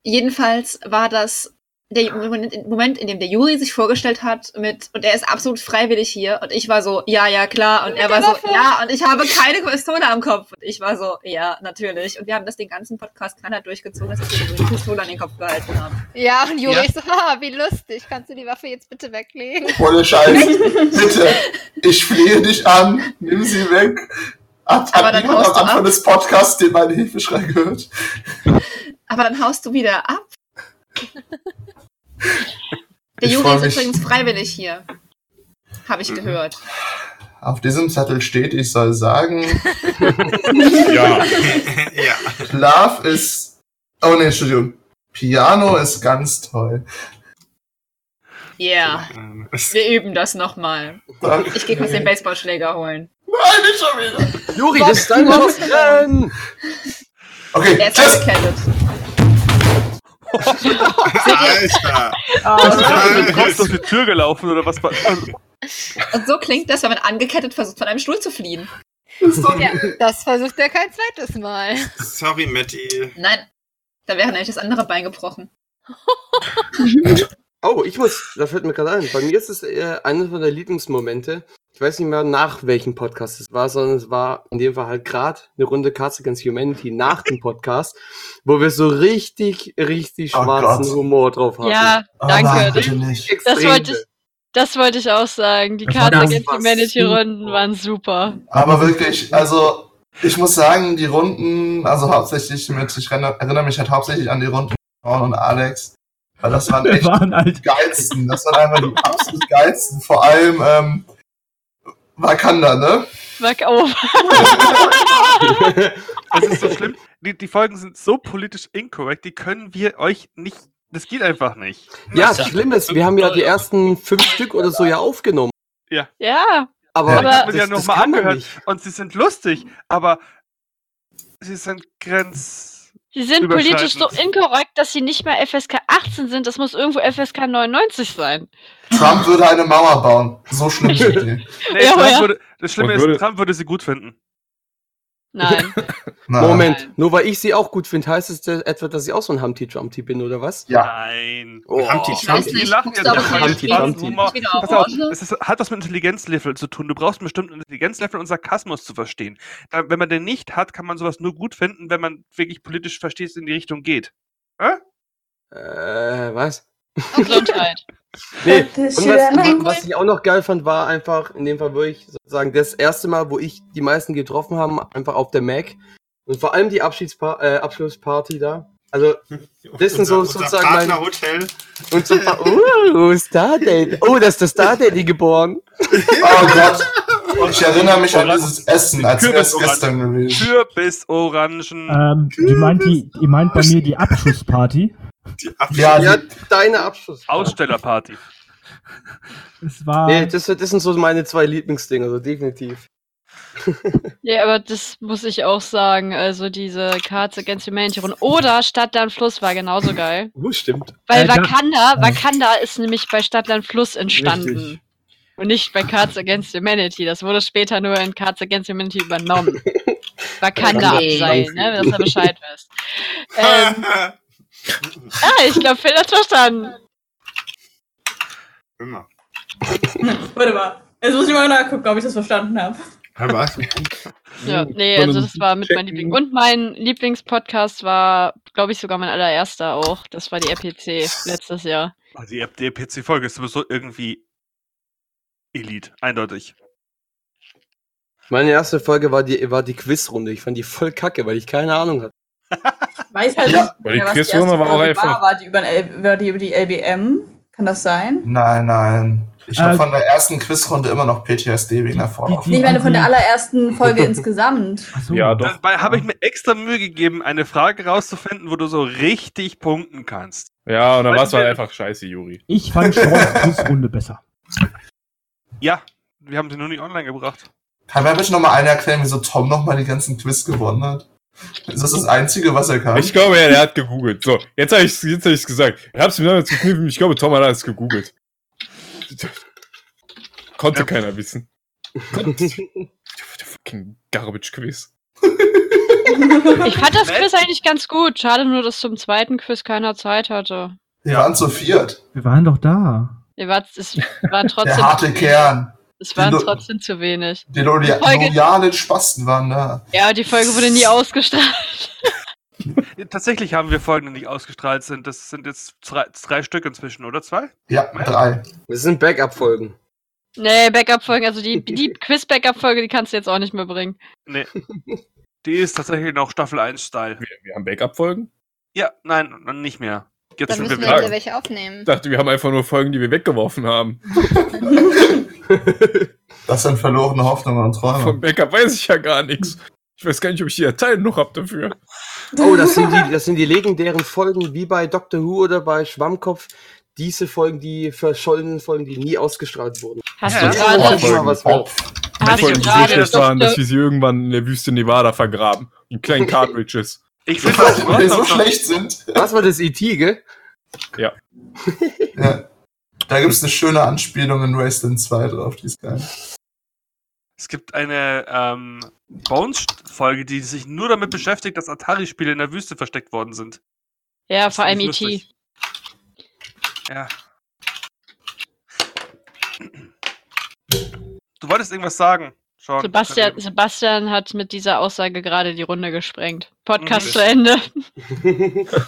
S8: Jedenfalls war das der Moment, Moment, in dem der Juri sich vorgestellt hat mit, und er ist absolut freiwillig hier, und ich war so, ja, ja, klar, und er war so, ja, und ich habe keine Pistole am Kopf, und ich war so, ja, natürlich, und wir haben das den ganzen Podcast knallhart durchgezogen, dass wir die Pistole an den Kopf gehalten haben.
S10: Ja, und Juri
S8: Ja.
S10: ist so, haha, wie lustig, kannst du die Waffe jetzt bitte weglegen?
S4: Ohne Scheiß. Bitte, ich flehe dich an, nimm sie weg. Hat,
S8: Aber
S4: hat
S8: dann
S4: niemand am
S8: haust du
S4: Anfang
S8: ab.
S4: des Podcasts den meinen Hilfeschrei gehört?
S8: Aber dann haust du wieder ab. Der
S4: Ich
S8: Juri
S4: freu
S8: ist
S4: mich. Mhm.
S8: übrigens freiwillig hier, habe ich gehört.
S4: Auf diesem Zettel steht, ich soll sagen.
S9: ja.
S4: Love ist. Oh ne, Entschuldigung. Piano ist ganz toll.
S8: Ja, wir üben das nochmal. Ich gehe kurz den Baseballschläger holen.
S4: Nein, nicht schon wieder.
S5: Juri, das ist dein Hausrennen!
S4: Okay,
S8: Er ist angekettet.
S1: Alter!
S3: Oh,
S2: Bist du gerade mit dem Kopf durch die Tür gelaufen oder was? Also,
S8: Und so klingt das, wenn man angekettet versucht, von einem Stuhl zu fliehen.
S10: ja, das versucht er kein zweites Mal.
S1: Sorry, Matti.
S8: Nein, da wäre nämlich das andere Bein gebrochen.
S5: Oh, ich muss, da fällt mir gerade ein, bei mir ist es äh, einer von der Lieblingsmomente. Ich weiß nicht mehr, nach welchem Podcast es war, sondern es war in dem Fall halt gerade eine Runde Cards Against Humanity nach dem Podcast, wo wir so richtig, richtig
S4: Oh
S5: schwarzen
S4: Gott. Ah,
S5: Humor drauf hatten.
S3: Ja, danke. Das
S5: Extrem.
S3: wollte, ich, das wollte ich auch sagen. Die
S5: Das war
S3: Cards
S5: das,
S3: Against
S5: was
S3: Humanity Runden waren super.
S4: Aber wirklich, also ich muss sagen, die Runden, also hauptsächlich mit, ich renner- erinnere mich halt hauptsächlich an die Runden mit Ron und Alex. Weil das waren echt die geilsten. Das waren einfach die absolut geilsten. Vor allem ähm, Wakanda, ne?
S3: Wack auf.
S2: es ist so schlimm. Die, die Folgen sind so politisch inkorrekt, die können wir euch nicht. Das geht einfach nicht.
S5: Ja, das Schlimme ist, wir haben ja die ersten fünf Stück oder so ja aufgenommen.
S2: Ja.
S3: Ja.
S5: Aber
S2: ich habe mir die ja
S5: das, das
S2: nochmal
S5: kann man
S2: angehört
S5: nicht.
S2: und sie sind lustig, aber sie sind grenz.
S3: Die sind politisch so
S2: Überschreitend.
S3: inkorrekt, dass sie nicht mehr FSK 18 sind. Das muss irgendwo FSK 99 sein.
S4: Trump würde eine Mauer bauen. So schlimm sind die.
S2: Nee,
S3: Ja,
S2: Trump
S3: ja.
S2: Würde, das Schlimme
S9: Und
S2: ist,
S9: würde-
S2: Trump würde sie gut finden.
S3: Nein.
S4: Na,
S5: Moment, nur weil ich sie auch gut finde, heißt es äh, etwa, dass ich auch so ein Humpty Dumpty bin oder was?
S4: Ja.
S2: Nein.
S5: Oh.
S1: Humpty
S8: Ich weiß
S1: Dumpty.
S2: Die
S8: nicht,
S2: lachen jetzt
S8: Buchstabe
S2: einfach
S8: von
S5: Humpty
S8: Buchstaben.
S5: Dumpty.
S8: Muss wieder
S2: Pass auf,
S8: aufordnen.
S2: es ist, hat was mit Intelligenzlevel zu tun. Du brauchst einen bestimmten Intelligenzlevel, um Sarkasmus zu verstehen. Da, wenn man den nicht hat, kann man sowas nur gut finden, wenn man wirklich politisch versteht, in die Richtung geht. Äh?
S5: Äh, was?
S3: Gesundheit.
S5: Nee, und
S11: Das
S5: was,
S11: ist ja-
S5: was ich auch noch geil fand, war einfach, in dem Fall würde ich sozusagen das erste Mal, wo ich die meisten getroffen habe, einfach auf der Mac. Und vor allem die Abschiedspa äh, Abschlussparty da. Also, das sind
S1: Unser-
S5: so,
S1: unser
S5: sozusagen meine.
S1: Partnerhotel.
S5: Und so, oh, Stardate. Oh, das ist das Stardate geboren.
S4: Oh Gott. Und ich erinnere mich an dieses Essen, als wäre es
S2: Kürbisorangen.
S4: gestern gewesen.
S2: Kürbisorangen.
S6: Ähm, die meint, die, ihr meint bei mir die Abschussparty.
S4: Ja,
S5: Ja,
S4: die-
S5: deine Abschlussparty.
S2: Ausstellerparty.
S6: Es war.
S5: Nee, das, das sind so meine zwei Lieblingsdinger, also definitiv.
S3: Ja, aber das muss ich auch sagen. Also diese Cards Against Humanity Runde. Oder Stadtland Fluss war genauso geil.
S5: Oh, stimmt.
S3: Weil
S6: Äh, da-
S3: Wakanda,
S6: Ja.
S3: Wakanda ist nämlich bei Stadtland Fluss entstanden.
S5: Richtig.
S3: Und nicht bei Cards Against Humanity. Das wurde später nur in Cards Against Humanity übernommen. Wakanda
S8: Okay.
S3: abseilen, ne? dass du Bescheid weißt. Ähm, ah, ich glaube, Phil hat verstanden.
S1: Immer.
S11: Warte mal. Jetzt muss ich mal nachgucken, ob ich das verstanden habe.
S1: Hör was?
S3: Ja,
S7: Mhm.
S3: nee, also das war mit meinem Liebling. Und mein Lieblingspodcast war, glaube ich, sogar mein allererster auch. Das war die RPC letztes Jahr.
S2: Also die, die PC-Folge ist sowieso irgendwie Elite, eindeutig.
S5: Meine erste Folge war die, war die Quizrunde. Ich fand die voll kacke, weil ich keine Ahnung hatte.
S11: Weiß halt
S5: Ja,
S11: nicht,
S5: aber die
S11: mehr, was die
S5: Quizrunde
S11: erste
S5: war auch
S11: Folge
S5: einfach.
S11: war, war die über, den L- war die über die LBM? Kann das sein?
S4: Nein, nein. Ich
S11: Äh,
S4: habe von der ersten Quizrunde immer noch PTSD wegen der Vorlauf.
S11: Nee, ich meine von der allerersten Folge insgesamt.
S4: Ja,
S2: doch. Dabei habe ich mir extra Mühe gegeben, eine Frage rauszufinden, wo du so richtig punkten kannst.
S9: Ja, und dann
S2: Weil
S9: war es
S2: du
S9: halt
S2: mir-
S9: einfach scheiße, Juri.
S6: Ich fand Strolls Quizrunde besser.
S2: Ja, wir haben sie nur nicht online gebracht.
S4: Kann mir bitte nochmal einer erklären, wieso Tom nochmal die ganzen Quiz gewonnen hat? Ist das das Einzige, was er kann?
S9: Ich glaube, ja, er hat gegoogelt. So, jetzt habe ich es hab ich's gesagt. Ich habe es mir damals gekniffen. Ich glaube, Tom hat alles gegoogelt. Konnte keiner wissen. Konnte. Fucking Garbage Quiz.
S3: Ich fand das Quiz eigentlich ganz gut. Schade nur, dass zum zweiten Quiz keiner Zeit hatte.
S4: Wir waren zu viert.
S6: Wir waren doch da.
S3: Ihr wart, es waren trotzdem.
S4: Der harte Kern.
S3: Es waren
S4: Die Lo-
S3: trotzdem zu wenig.
S4: Die lo
S3: Die Folge-
S4: loyalen Spasten waren da.
S3: Ja, die Folge wurde nie ausgestrahlt.
S2: Tatsächlich haben wir Folgen, die nicht ausgestrahlt sind. Das sind jetzt drei, drei Stück inzwischen, oder zwei?
S4: Ja, drei.
S5: Das sind Backup-Folgen.
S3: Nee, Backup-Folgen, also die, die Quiz-Backup-Folge, die kannst du jetzt auch nicht mehr bringen.
S2: Nee. Die ist tatsächlich noch Staffel 1-Style.
S9: Wir, haben Backup-Folgen?
S2: Ja, nein, nicht mehr. Gibt's
S10: Dann
S2: schon
S10: müssen wir
S2: wieder-
S10: wieder welche aufnehmen.
S9: Ich dachte, wir haben einfach nur Folgen, die wir weggeworfen haben.
S4: Das sind verlorene Hoffnungen und Träume.
S9: Vom Backup weiß ich ja gar nichts. Ich weiß gar nicht, ob ich die Dateien noch habe dafür.
S5: Oh, das sind, die, das sind die legendären Folgen, wie bei Doctor Who oder bei Schwammkopf. Diese Folgen, die verschollenen Folgen, die nie ausgestrahlt wurden.
S3: Hast
S5: Ja,
S3: du
S5: ja.
S3: gerade-
S5: Auch mal was
S4: Folgen-
S3: Hast
S9: Folgen,
S3: du
S9: die so
S3: gerade
S9: schlecht waren, dass wir
S3: Dr.
S9: sie irgendwann in der Wüste Nevada vergraben. In kleinen Cartridges.
S2: Ich
S4: finde das Weil die so schlecht sind.
S5: Was war das E.T., gell?
S9: Ja.
S4: Ja. Da gibt es eine schöne Anspielung in Wasteland 2 drauf, die ist geil.
S2: Es gibt eine ähm, Bones-Folge, die sich nur damit beschäftigt, dass Atari-Spiele in der Wüste versteckt worden sind.
S3: Ja, vor allem E
S2: Das ist
S3: E.T.
S2: Ja. Du wolltest irgendwas sagen, Sean.
S3: Sebastian, Sebastian hat mit dieser Aussage gerade die Runde gesprengt. Podcast
S1: Mhm.
S3: zu Ende.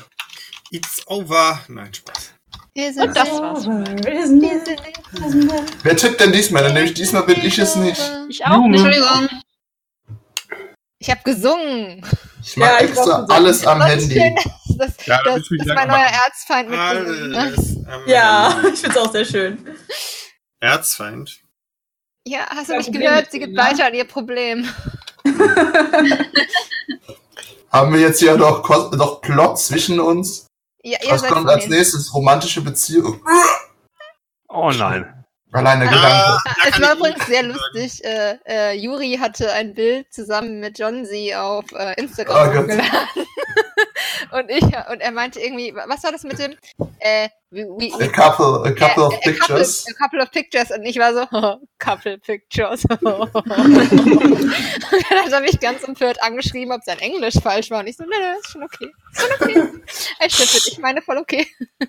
S1: It's over. Nein, Spaß.
S10: Wir sind
S3: Und das war's.
S10: Wir sind
S4: Wer tippt denn diesmal? Dann nehme ich diesmal bin ich es nicht.
S3: Ich auch
S4: Junge.
S3: nicht.
S10: Entschuldigung. Ich habe gesungen.
S4: Ich mag extra alles am Handy.
S10: Das, das,
S4: Ja, da
S10: das,
S4: bist du
S10: ist
S4: wieder
S10: mein neuer
S4: gemacht.
S10: Erzfeind mit ne?
S1: Alles
S10: gesungen.
S1: am
S11: Ja,
S1: Ende.
S11: ich find's auch sehr schön.
S1: Erzfeind.
S10: Ja, hast du
S11: Kein
S10: nicht
S11: Problem
S10: gehört?
S11: mit
S10: Sie geht
S11: denen, ne?
S10: weiter an ihr Problem.
S4: Haben wir jetzt hier noch, Kos- noch Plot zwischen uns?
S10: Ja, ihr
S4: Was
S10: seid
S4: kommt als
S10: verliebt.
S4: nächstes? Romantische Beziehung.
S2: Oh nein.
S4: Alleine Gedanke.
S10: Ah, Es war übrigens sehr lustig. Äh, äh, Juri hatte ein Bild zusammen mit John Z auf äh, Instagram
S4: Oh Gott.
S10: hochgeladen. und ich und er meinte irgendwie, was war das mit dem? Äh, we, we,
S4: A couple, a couple
S10: Äh,
S4: of
S10: a couple-
S4: pictures.
S10: A couple of pictures und ich war so, couple pictures. und dann hat er mich ganz empört angeschrieben, ob sein Englisch falsch war. Und ich so, nö, nö, ist schon okay. Ist schon okay. Ein Schiff, ich meine voll okay.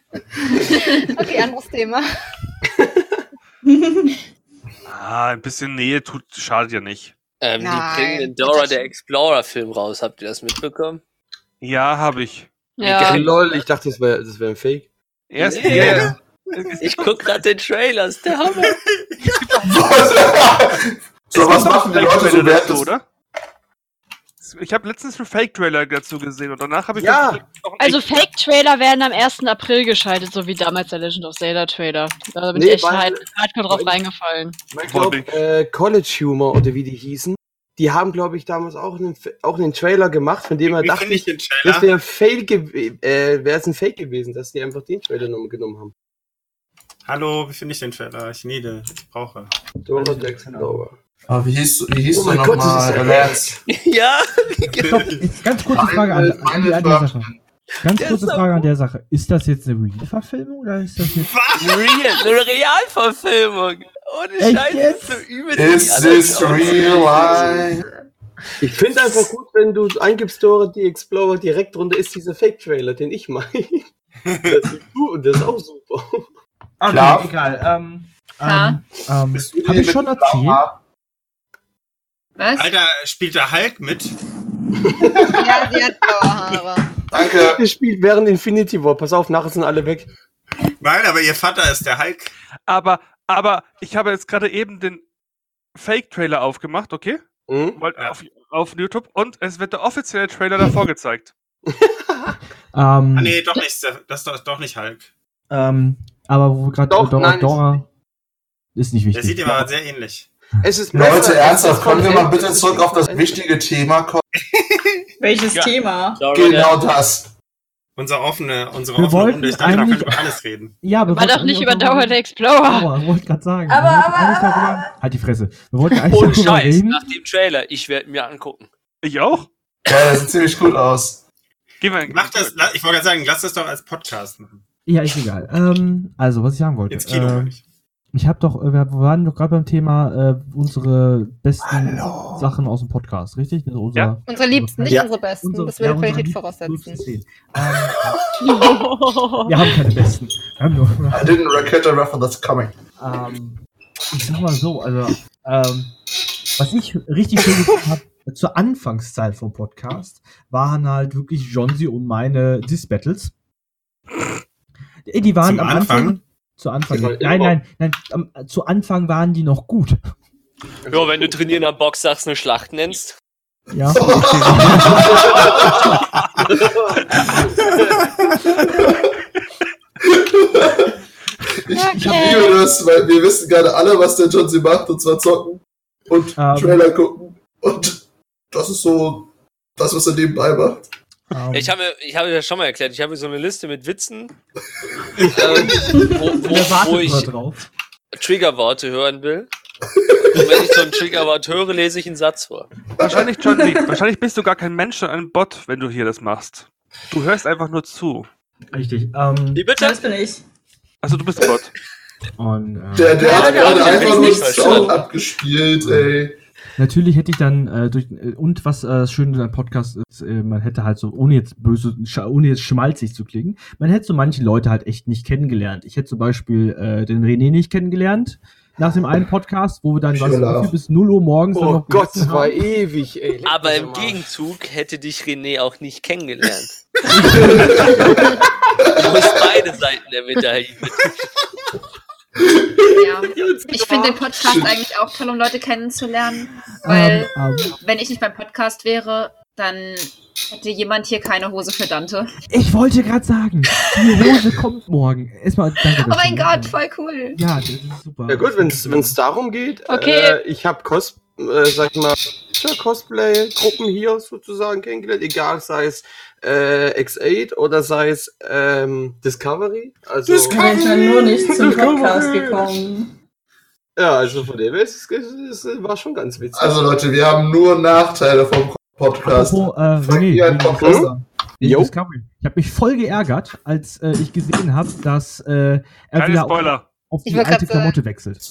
S10: okay, anderes Thema.
S2: Ah, ein bisschen Nähe tut, schadet ja nicht.
S7: Ähm, die
S10: Nein,
S7: bringen den Dora der Explorer-Film raus. Habt ihr das mitbekommen?
S2: Ja, habe ich.
S7: Ja.
S5: Lol, ich dachte, das wäre das wär ein Fake.
S2: Erst
S7: Nee. Ich guck gerade den Trailer, ist der Hammer.
S4: So, was machen die Leute so wert?
S2: dazu, oder? Ich habe letztens einen Fake-Trailer dazu gesehen und danach habe ich
S5: Ja.
S2: das- noch einen
S3: Also
S2: echten-
S3: Fake-Trailer werden am 1. April geschaltet, so wie damals der Legend of Zelda-Trailer. Da bin
S5: Nee,
S3: ich echt
S5: weil-
S3: halt hardcore drauf reingefallen.
S5: Ich glaub, äh, College Humor oder wie die hießen, die haben, glaube ich, damals auch einen, auch einen Trailer gemacht, von dem er
S1: Wie
S5: dachte,
S1: finde ich den Trailer?
S5: das wäre Fake, gew- äh, wäre es ein Fake gewesen, dass die einfach den Trailer nur genommen haben.
S1: Hallo, wie finde ich den Trailer? Ich neede, ich brauche.
S5: Dora der Explorer.
S4: Ah, wie hieß, wie hieß
S5: Oh
S4: du
S5: mein Gott, das ist
S4: nochmal?
S5: ja-
S4: Lance.
S7: ja.
S6: Stopp, jetzt ganz kurze Frage an, an die andere Sache. Ganz
S7: Der
S6: kurze
S7: ist doch
S6: Frage an der Sache. Ist das jetzt eine Real-Verfilmung oder ist das jetzt.
S7: Real, eine Realverfilmung. Ohne
S6: Echt
S7: Scheiß,
S6: jetzt?
S7: das ist so übel.
S4: Is this real life?
S5: Ich finde einfach gut, wenn du eingibst Dora die Explorer direkt drunter ist dieser Fake-Trailer, den ich meine. Das ist gut und das ist auch super.
S12: Ach,
S4: Klar.
S12: nee, egal. Ähm,
S6: Ähm, ähm,
S4: du die
S6: Habe ich
S4: mit
S6: schon
S4: blauem
S6: erzählt?
S1: Was? Alter, spielt der Hulk mit?
S10: Ja, sie hat blaue Haare.
S4: Danke.
S5: Gespielt während Infinity War. Pass auf, nachher sind alle weg.
S1: Nein, aber ihr Vater ist der Hulk.
S2: Aber, aber ich habe jetzt gerade eben den Fake-Trailer aufgemacht, okay? Wollt- Auf, auf YouTube und es wird der offizielle Trailer davor gezeigt.
S6: Ähm,
S1: Ah, nee, doch nicht. Das ist doch, doch nicht Hulk.
S6: ähm, aber wo wir gerade
S1: Doch,
S6: Dora,
S1: nein, ist
S6: Dora ist nicht
S1: Der sieht
S6: wichtig.
S1: ihm aber sehr ähnlich.
S5: Es ist
S4: Leute, ernsthaft, können wir mal bitte zurück auf das wichtige Thema kommen?
S11: Welches Thema?
S4: Genau das.
S1: Unser offene, unsere
S6: Wir
S1: offene
S6: wollten
S1: Runde. Ich dachte, da können
S6: eigentlich-
S1: wir über alles reden.
S6: Ja, wir
S3: War doch
S6: wollten
S3: nicht
S6: eigentlich
S3: über
S6: auch
S3: Dora
S6: darüber-
S3: the Explorer.
S6: Dora, wollte ich gerade sagen.
S11: Aber-
S6: Wir wollten
S11: aber-
S6: eigentlich darüber- Halt die Fresse. Wir wollten eigentlich
S7: Ohne
S6: darüber
S7: Scheiß,
S6: reden.
S7: nach dem Trailer, ich werde mir angucken.
S2: Ich auch?
S4: Ja, das sieht ziemlich gut aus.
S2: Geh mal,
S1: Mach das, la- ich wollte gerade sagen, lass das doch als Podcast machen.
S6: Ja, ist egal. Ähm, also, was ich sagen wollte.
S1: Ins Kino,
S6: äh,
S1: meine
S6: ich habe doch, äh, wir waren doch gerade beim Thema äh, unsere besten Sachen aus dem Podcast, richtig? Also unser,
S2: Ja.
S10: Unsere Liebsten, nicht
S6: Ja.
S10: unsere Besten.
S6: Unsere-
S10: das würde
S6: ja, unsere
S10: Qualität
S6: Liebsten.
S10: voraussetzen.
S6: ähm, Wir haben keine besten. Wir haben nur
S4: I didn't get a reference that's coming.
S6: ähm, ich sag mal so, also, ähm, was ich richtig schön gefunden habe, zur Anfangszeit vom Podcast, waren halt wirklich Jonsi und meine Diss-Battles. Die die waren
S1: Zum
S6: am Anfang.
S1: Anfang?
S6: Zu Anfang.
S5: Die waren
S6: Nein,
S5: immer-
S6: nein, nein. Am, äh, zu Anfang waren die noch gut.
S7: Ja, wenn du trainieren am Box sagst, eine Schlacht nennst.
S6: Ja.
S4: Ich, ich liebe das, weil wir wissen gerade alle, was der John C. macht, und zwar zocken und
S6: Ähm.
S4: Trailer gucken. Und das ist so das, was er nebenbei macht. Um.
S6: ähm,
S7: Ich habe ich habe ja schon mal erklärt, ich habe so eine Liste mit Witzen, äh, wo,
S6: wer
S7: wo, wo
S6: wartet
S7: ich
S6: nur drauf?
S7: Triggerworte hören will. Und wenn ich so ein Triggerwort höre, lese ich einen Satz vor.
S2: Wahrscheinlich, John Lee, wahrscheinlich bist du gar kein Mensch, sondern ein Bot, wenn du hier das machst. Du hörst einfach nur zu.
S6: Richtig. Ähm,
S7: Wie
S11: Ja,
S7: bitte?
S11: Das bin ich.
S2: Also du bist ein Bot.
S6: und, ähm,
S4: Der, der hat
S7: der-
S4: gerade
S7: der-
S4: einfach
S7: der-
S4: nur
S7: der-
S4: Sound abgespielt, ey.
S6: Natürlich hätte ich dann äh, durch äh, und was äh, schön an Podcast ist, äh, man hätte halt so ohne jetzt böse, scha- ohne jetzt schmalzig zu klingen, man hätte so manche Leute halt echt nicht kennengelernt. Ich hätte zum Beispiel äh, den René nicht kennengelernt nach dem einen Podcast, wo wir dann was,
S4: Schiller.
S6: wie viel bis 0 Uhr morgens dann
S5: Oh
S6: noch
S5: Gott,
S6: gesessen
S5: das war
S6: haben.
S5: ewig, ey. Leck
S7: Aber
S5: mich
S7: im
S5: am Arsch.
S7: Gegenzug hätte dich René auch nicht kennengelernt. du musst beide Seiten der Medaille.
S8: Ja. Ich finde den Podcast eigentlich auch toll, um Leute kennenzulernen, weil
S6: ähm, ähm,
S8: wenn ich nicht beim Podcast wäre, dann hätte jemand hier keine Hose für Dante.
S6: ich wollte gerade sagen, die Hose kommt morgen. Erstmal danke.
S8: Oh
S6: dafür.
S8: mein Gott, voll cool.
S6: Ja, das ist super.
S5: Ja gut, wenn es darum geht.
S3: Okay.
S5: Äh, ich habe Cos äh, sag ich mal, ja, Cosplay-Gruppen hier sozusagen kennengelernt, egal sei es äh, X8 oder sei es ähm, Discovery. Also,
S11: Bin ich ja nur nicht zum Podcast gekommen.
S5: ja, also von dem her ist es, es, es war schon ganz witzig.
S4: Also Leute, wir haben nur Nachteile vom Podcast.
S6: Apropos, äh,
S4: Fang
S6: René,
S4: ihr einen
S6: wegen-
S4: Podcast an.
S6: Ich,
S5: Jo.
S6: Discovery. ich habe mich voll geärgert, als äh, ich gesehen habe, dass äh, er
S2: Keine
S6: wieder auf,
S2: Spoiler.
S6: auf
S10: Ich
S6: die
S10: wollt
S6: alte
S10: grad sagen.
S6: Klamotte wechselt.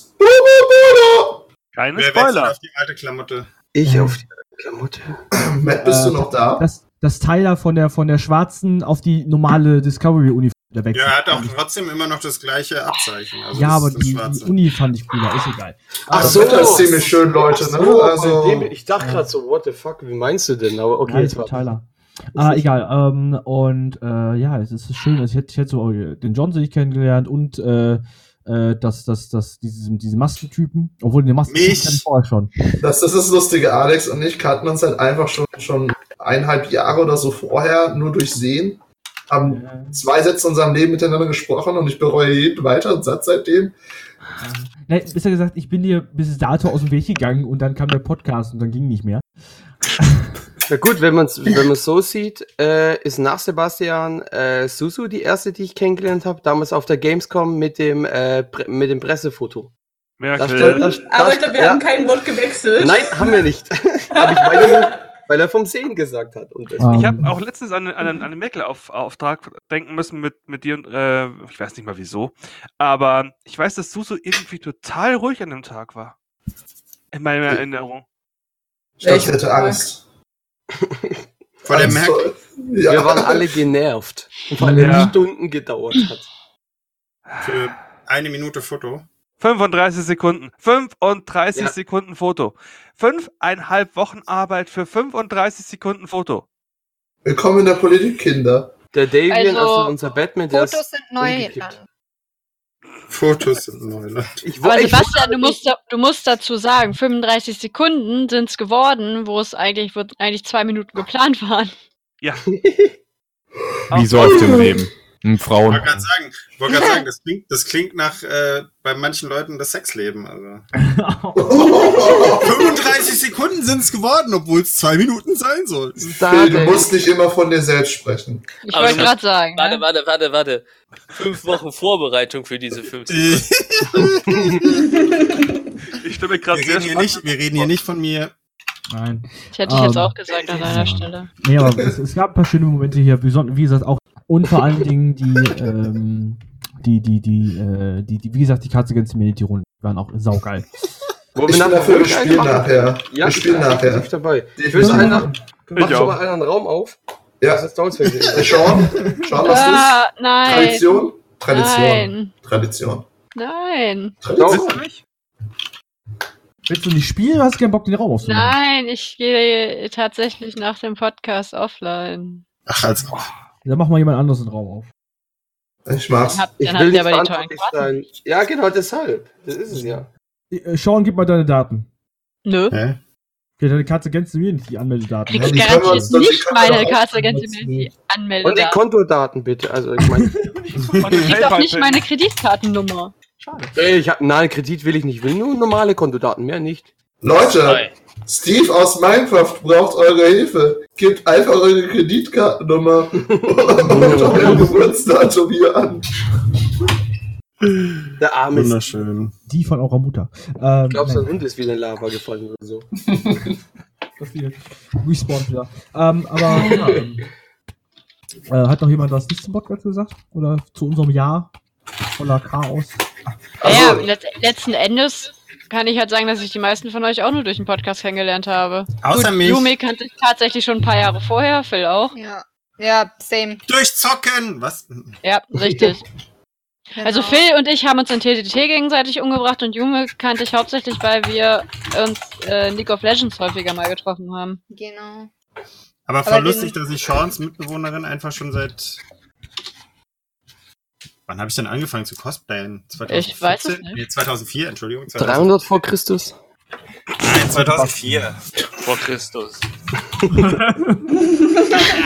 S2: Keine
S1: Wer wechselt
S2: Spoiler.
S1: auf die alte Klamotte?
S5: Ich
S6: Äh,
S5: auf die Klamotte.
S4: Matt, bist du noch da?
S6: Dass, dass Tyler von der, von der schwarzen auf die normale Discovery-Uniform wieder wechselt.
S1: Ja, er hat auch trotzdem immer noch das gleiche Abzeichen. Also
S6: ja,
S1: das
S6: aber
S1: ist das
S6: die, die
S1: Schwarze.
S6: Uni fand ich cooler, ist egal.
S5: Ach
S4: Das
S5: so.
S4: Wetter ist ziemlich schön, Leute.
S5: Ach
S4: ne?
S5: so,
S4: Also,
S5: bei dem- ich dachte gerade so, what the fuck, wie meinst du denn? Aber okay,
S6: Nein,
S5: jetzt
S6: es war
S5: war
S6: Tyler. Ah, egal. Ähm, und äh, ja, es ist schön, also ich hätte, ich hätte so äh, den Johnson nicht kennengelernt und äh, äh, das, das, das, diese, diese Maskentypen, obwohl die Maskentypen
S1: Mich.
S6: kannte ich vorher schon.
S4: das, das ist das Lustige. Alex und ich kannten uns halt einfach schon, schon eineinhalb Jahre oder so vorher, nur durch Sehen. Haben zwei Sätze in unserem Leben miteinander gesprochen und ich bereue jeden weiteren Satz seitdem.
S6: Nein, besser gesagt, ich bin dir bis dato aus dem Weg gegangen und dann kam der Podcast und dann ging nicht mehr.
S5: Na gut, wenn man es wenn man's so sieht, äh, ist nach Sebastian äh, Susu die erste, die ich kennengelernt habe, damals auf der Gamescom mit dem, äh, Pre mit dem Pressefoto. Das stand-
S2: Merkel.
S5: das-
S11: Aber
S5: das-
S11: ich glaube, wir
S5: ja.
S11: haben kein Wort gewechselt.
S5: Nein, haben wir nicht. Hab ich weiter, weil er vom Sehen gesagt hat. Und das,
S2: Ich habe auch letztens an, an, an einen Merkel-Auftrag denken müssen mit, mit dir und, äh, ich weiß nicht mal wieso, aber ich weiß, dass Susu irgendwie total ruhig an dem Tag war. In meiner
S1: Äh.
S2: Erinnerung.
S4: Ich dachte, ich
S11: Ich-
S4: hätte Angst.
S1: Vor der
S4: Angst
S1: Merkel.
S4: vor- Ja.
S5: Wir waren alle genervt, weil es
S2: Ja.
S5: Stunden gedauert hat.
S1: Für eine Minute Foto.
S2: 35 Sekunden. 35
S5: Ja.
S2: Sekunden Foto. Fünfeinhalb Wochen Arbeit für 35 Sekunden Foto.
S4: Willkommen in der Politik, Kinder.
S5: Der Davian, also,
S3: Also,
S5: unser Batman, der
S10: Fotos
S5: ist
S10: sind neu
S5: umgekippt.
S10: dann.
S1: Fotos sind ne? Neuland.
S5: Ich
S3: Aber Sebastian, Also du musst, da- du musst dazu sagen, 35 Sekunden sind's geworden, wo es eigentlich, wo eigentlich zwei Minuten geplant waren.
S2: Ja.
S9: Wie so auf dem Leben. Hm,
S1: Ich
S9: Frauen.
S1: wollte gerade sagen, ich wollte gerade sagen das, klingt, das klingt nach äh, bei manchen Leuten das Sexleben. Also. 35 Sekunden sind es geworden, obwohl es zwei Minuten sein soll.
S4: Phil, du musst nicht immer von dir selbst sprechen.
S3: Ich
S7: Aber
S3: wollte
S7: ich muss-
S3: gerade sagen.
S7: Also,
S3: ne?
S7: Warte, warte, warte, warte. Fünf Wochen Vorbereitung für diese fünf
S2: Ich stimme gerade
S1: Wir
S2: sehr
S1: reden, hier
S2: spannend.
S1: nicht, wir reden hier nicht von mir.
S6: Nein.
S3: Das hätte ich jetzt
S6: Ähm,
S3: auch gesagt an deiner Stelle.
S6: Nee, aber es, es gab ein paar schöne Momente hier, wie, son- wie gesagt, auch und vor allen Dingen die, ähm, die, die, die, äh, die, die, wie gesagt, die Katze ganz die Runden die waren auch saugeil.
S5: Wollen
S4: Ich bin
S5: nachher
S4: dafür, wir
S5: wirklich
S4: spielen
S5: einen machen?
S4: nachher.
S5: Ja,
S4: wir spielen
S5: ja,
S4: nachher.
S5: Ich bin dabei.
S4: Ich
S5: Ich will
S4: bin-
S5: einer, machst
S2: auch.
S5: du mal einen anderen Raum auf? Das
S4: Ja,
S5: ist dauert zwei
S4: Sean, Sean, was ist?
S3: Ah, nein.
S4: Tradition? Tradition.
S3: Nein.
S4: Tradition.
S3: Nein.
S5: Doch,
S6: Willst du nicht spielen oder hast du keinen Bock, den Raum aufzunehmen?
S3: Nein, ich gehe tatsächlich nach dem Podcast offline.
S1: Ach, also.
S6: Dann mach mal jemand anderes den Raum auf.
S4: Ich mag's.
S3: Hab,
S5: ich
S3: dann habt
S5: will
S3: ihr
S5: nicht
S3: aber die tollen
S5: verantwortlich
S3: Karten.
S5: sein. Ja, genau, deshalb. Das ist es ja.
S6: Äh, Sean, gib mal deine Daten.
S3: Nö.
S1: Hä?
S6: Okay, deine Katze ganz die Anmeldedaten.
S3: Kriegst
S4: die können wir
S3: garantiert
S4: uns- die
S3: nicht
S4: können wir
S3: meine
S4: doch
S3: Karte, ganz
S4: ausnutzen.
S3: die
S5: Und die
S3: Anmeldung.
S5: Kontodaten bitte. Also ich meine,
S2: Und
S3: Ich halt krieg doch nicht
S2: PayPal-Pin.
S3: meine Kreditkartennummer.
S5: ey, ich habe nein, Kredit will ich nicht. Ich will nur normale Kontodaten, mehr nicht.
S4: Leute, Steve aus Minecraft braucht eure Hilfe. Gebt einfach eure Kreditkartennummer und euer Geburtsdatum hier an.
S5: Der arme ist.
S1: Wunderschön.
S6: Die von eurer Mutter. Ähm,
S5: Glaubst du,
S6: nein.
S5: dein Hund ist wieder in Lava gefallen oder so?
S6: Das hier. Respawn wieder. Ähm, aber ja, ähm, äh, hat noch jemand was nicht zum Podcast gesagt? Oder zu unserem Jahr voller Chaos?
S3: Ja,
S4: Also,
S3: let letzten Endes kann ich halt sagen, dass ich die meisten von euch auch nur durch den Podcast kennengelernt habe.
S1: Außer mich.
S3: Yumi kannte ich tatsächlich schon ein paar Jahre vorher, Phil auch.
S10: Ja. Ja, same.
S1: Durchzocken! Was?
S3: Ja, richtig. Also
S10: Genau.
S3: Phil und ich haben uns in TTT gegenseitig umgebracht und Junge kannte ich hauptsächlich, weil wir uns äh, in League of Legends häufiger mal getroffen haben.
S10: Genau.
S1: Aber voll
S10: Aber
S1: lustig,
S10: den-
S1: dass ich Sean's Mitbewohnerin einfach schon seit. Wann habe ich denn angefangen zu cosplayen?
S3: Ich weiß es
S1: 2014?
S3: nicht.
S1: Nee, 2004, Entschuldigung. 2000,
S5: 300 vor Christus?
S1: nein, 2004.
S7: vor Christus.